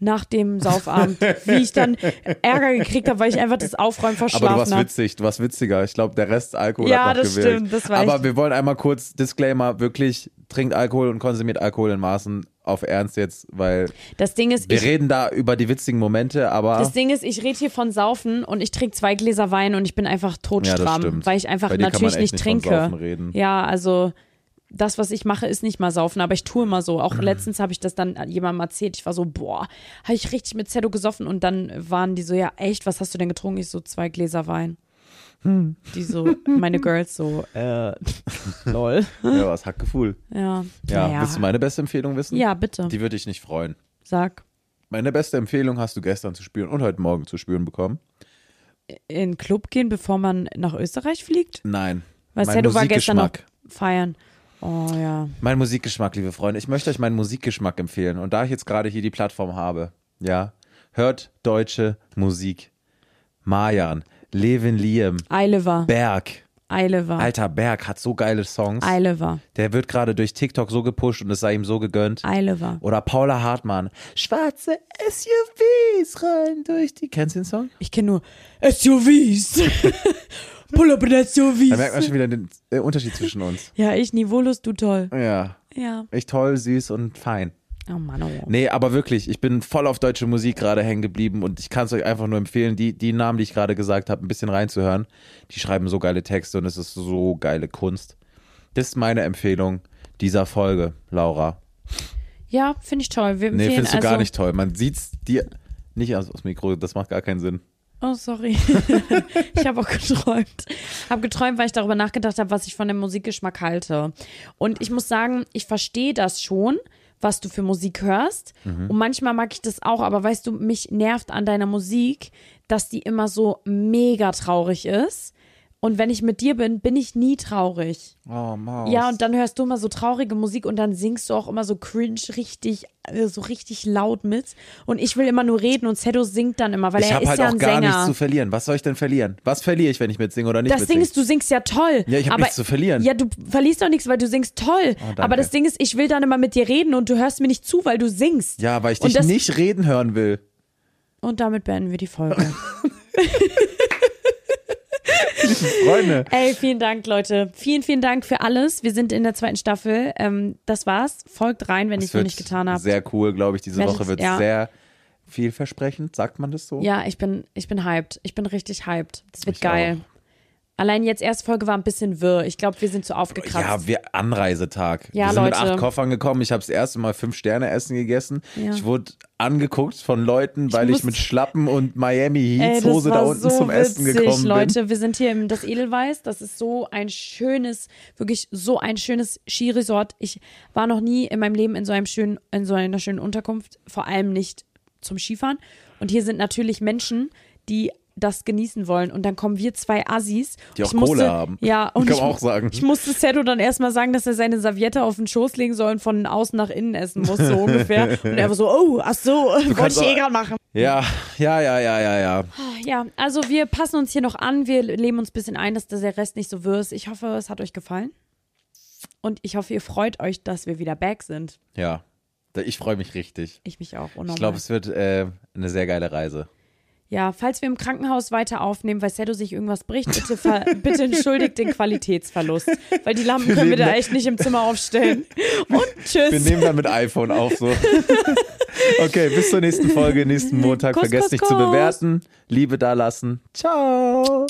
Speaker 2: Nach dem Saufabend, wie ich dann Ärger gekriegt habe, weil ich einfach das Aufräumen
Speaker 1: Aber du warst
Speaker 2: verschlafen habe.
Speaker 1: witzig, du warst witziger. Ich glaube, der Rest Alkohol
Speaker 2: Ja,
Speaker 1: hat noch
Speaker 2: das
Speaker 1: gewirkt.
Speaker 2: stimmt, das war
Speaker 1: Aber
Speaker 2: ich.
Speaker 1: wir wollen einmal kurz, Disclaimer, wirklich, trinkt Alkohol und konsumiert Alkohol in Maßen auf Ernst jetzt, weil
Speaker 2: Das Ding ist,
Speaker 1: wir
Speaker 2: ich,
Speaker 1: reden da über die witzigen Momente, aber
Speaker 2: das Ding ist, ich rede hier von Saufen und ich trinke zwei Gläser Wein und ich bin einfach
Speaker 1: ja, das
Speaker 2: totstramm,
Speaker 1: stimmt.
Speaker 2: weil ich einfach
Speaker 1: Bei dir kann man
Speaker 2: natürlich
Speaker 1: echt
Speaker 2: nicht
Speaker 1: von
Speaker 2: trinke.
Speaker 1: Saufen reden.
Speaker 2: Ja, also das, was ich mache, ist nicht mal saufen, aber ich tue immer so.
Speaker 1: Mhm.
Speaker 2: Auch letztens habe ich das dann jemandem erzählt. Ich war so, boah, habe ich richtig mit Zeddo gesoffen und dann waren die so, ja, echt, was hast du denn getrunken? Ich so, zwei Gläser Wein.
Speaker 1: Hm.
Speaker 2: Die so, meine Girls so, äh, lol.
Speaker 1: Ja, was hat Gefühl.
Speaker 2: Ja,
Speaker 1: Ja,
Speaker 2: naja.
Speaker 1: willst du meine beste Empfehlung wissen?
Speaker 2: ja bitte,
Speaker 1: Die würde ich nicht freuen.
Speaker 2: sag.
Speaker 1: Meine beste Empfehlung hast du gestern zu spüren und heute Morgen zu spüren bekommen.
Speaker 2: In den Club gehen, bevor man nach Österreich fliegt?
Speaker 1: Nein.
Speaker 2: Weil
Speaker 1: mein
Speaker 2: Zeddo war gestern noch
Speaker 1: Musikgeschmack.
Speaker 2: feiern. Oh ja.
Speaker 1: Mein Musikgeschmack, liebe Freunde. Ich möchte euch meinen Musikgeschmack empfehlen. Und da ich jetzt gerade hier die Plattform habe, ja, hört deutsche Musik. Marjan, Levin Liam,
Speaker 2: Eile war,
Speaker 1: Berg.
Speaker 2: Eile war,
Speaker 1: Alter, Berg hat so geile Songs.
Speaker 2: Eile war,
Speaker 1: Der wird gerade durch TikTok so gepusht und es sei ihm so gegönnt.
Speaker 2: Eile war.
Speaker 1: Oder Paula Hartmann. Schwarze SUVs rein durch die. Kennst du den Song?
Speaker 2: Ich kenne nur SUVs. Pull up in
Speaker 1: Da merkt man
Speaker 2: SUVs.
Speaker 1: schon wieder den äh, Unterschied zwischen uns.
Speaker 2: Ja, ich niveaulos, du toll.
Speaker 1: Ja.
Speaker 2: Ja.
Speaker 1: Ich toll, süß und fein.
Speaker 2: Oh Mann, oh.
Speaker 1: Nee, aber wirklich, ich bin voll auf deutsche Musik gerade hängen geblieben und ich kann es euch einfach nur empfehlen, die, die Namen, die ich gerade gesagt habe, ein bisschen reinzuhören. Die schreiben so geile Texte und es ist so geile Kunst. Das ist meine Empfehlung dieser Folge, Laura.
Speaker 2: Ja, finde ich toll. Wir
Speaker 1: Nee,
Speaker 2: empfehlen
Speaker 1: findest du
Speaker 2: also,
Speaker 1: gar nicht toll. Man sieht's dir nicht aus, aus dem Mikro, das macht gar keinen Sinn.
Speaker 2: Oh, sorry. ich habe auch geträumt. Habe geträumt, weil ich darüber nachgedacht habe, was ich von dem Musikgeschmack halte. Und ich muss sagen, ich verstehe das schon, was du für Musik hörst.
Speaker 1: Mhm.
Speaker 2: Und manchmal mag ich das auch, aber weißt du, mich nervt an deiner Musik, dass die immer so mega traurig ist. Und wenn ich mit dir bin, bin ich nie traurig.
Speaker 1: Oh, Maus.
Speaker 2: Ja, und dann hörst du immer so traurige Musik und dann singst du auch immer so cringe, richtig, äh, so richtig laut mit. Und ich will immer nur reden und Zeddo singt dann immer, weil
Speaker 1: ich
Speaker 2: er
Speaker 1: habe
Speaker 2: ist
Speaker 1: halt
Speaker 2: ja
Speaker 1: auch
Speaker 2: ein
Speaker 1: gar
Speaker 2: Sänger.
Speaker 1: nichts zu verlieren. Was soll ich denn verlieren? Was verliere ich, wenn ich mitsinge oder nicht
Speaker 2: das Ding
Speaker 1: mitsinge?
Speaker 2: ist, du singst ja toll.
Speaker 1: Ja, ich hab
Speaker 2: aber-
Speaker 1: nichts zu verlieren. Ah,
Speaker 2: Ja, du verlierst doch nichts, weil du singst toll.
Speaker 1: danke.
Speaker 2: aber das Ding ist, ich will dann immer mit dir reden und du hörst mir nicht zu, weil du singst.
Speaker 1: ja, weil ich
Speaker 2: und
Speaker 1: dich
Speaker 2: das-
Speaker 1: nicht reden hören will.
Speaker 2: Und damit beenden wir die Folge.
Speaker 1: Freunde.
Speaker 2: Ey, vielen Dank, Leute. Vielen, vielen Dank für alles. Wir sind in der zweiten Staffel. Ähm, das war's. Folgt rein, wenn ihr
Speaker 1: Das
Speaker 2: es noch
Speaker 1: wird
Speaker 2: nicht getan habt.
Speaker 1: Sehr cool, glaube ich. Diese
Speaker 2: Werdet-
Speaker 1: Woche wird
Speaker 2: ja.
Speaker 1: sehr vielversprechend, sagt man das so?
Speaker 2: Ja, ich bin, ich bin hyped. Ich bin richtig hyped. Das wird
Speaker 1: Ich
Speaker 2: geil. Allein jetzt erste Folge war ein bisschen wirr. Ich glaube, wir sind so aufgekratzt.
Speaker 1: Ja, wir, Anreisetag.
Speaker 2: Ja,
Speaker 1: wir sind mit
Speaker 2: Leute.
Speaker 1: acht Koffern gekommen. Ich habe das erste Mal fünf Sterne Essen gegessen.
Speaker 2: Ja.
Speaker 1: Ich wurde angeguckt von Leuten, weil ich,
Speaker 2: muss-
Speaker 1: mit Schlappen und Miami Heats
Speaker 2: das
Speaker 1: Hose da
Speaker 2: war
Speaker 1: unten zum Essen
Speaker 2: witzig,
Speaker 1: gekommen bin.
Speaker 2: Leute, wir sind hier im das Edelweiß. Das ist so ein schönes, wirklich so ein schönes Skiresort. Ich war noch nie in meinem Leben in so einem schönen, in so einer schönen Unterkunft, vor allem nicht zum Skifahren. Und hier sind natürlich Menschen, die das genießen wollen. Und dann kommen wir zwei Assis.
Speaker 1: Die
Speaker 2: Und
Speaker 1: auch
Speaker 2: ich musste,
Speaker 1: Kohle haben.
Speaker 2: Ja, und
Speaker 1: Kann
Speaker 2: ich,
Speaker 1: man auch sagen.
Speaker 2: ich musste Seto dann erstmal sagen, dass er seine Serviette auf den Schoß legen soll und von außen nach innen essen muss, so ungefähr. Und er war so, oh, ach so, wollte
Speaker 1: kannst
Speaker 2: ich eh
Speaker 1: auch-
Speaker 2: gerade machen.
Speaker 1: Ja, ja, ja, ja, ja, ja.
Speaker 2: Ja, also wir passen uns hier noch an, wir leben uns ein bisschen ein, dass der Rest nicht so wirst. Ich hoffe, es hat euch gefallen. Und ich hoffe, ihr freut euch, dass wir wieder back sind.
Speaker 1: Ja. Da- Ich freue mich richtig.
Speaker 2: Ich mich auch.
Speaker 1: Ich
Speaker 2: unnormal.
Speaker 1: glaube, es wird äh, eine sehr geile Reise.
Speaker 2: Ja, falls wir im Krankenhaus weiter aufnehmen, weil Sedo sich irgendwas bricht, bitte, ver bitte entschuldigt den Qualitätsverlust. Weil die Lampen können wir da echt nicht im Zimmer aufstellen. Und
Speaker 1: Wir
Speaker 2: tschüss.
Speaker 1: nehmen dann mit iPhone auf so. Okay, bis zur nächsten Folge, nächsten Montag.
Speaker 2: Kuss,
Speaker 1: Vergesst
Speaker 2: kuss,
Speaker 1: nicht zu
Speaker 2: kuss.
Speaker 1: bewerten, Liebe da lassen. Ciao.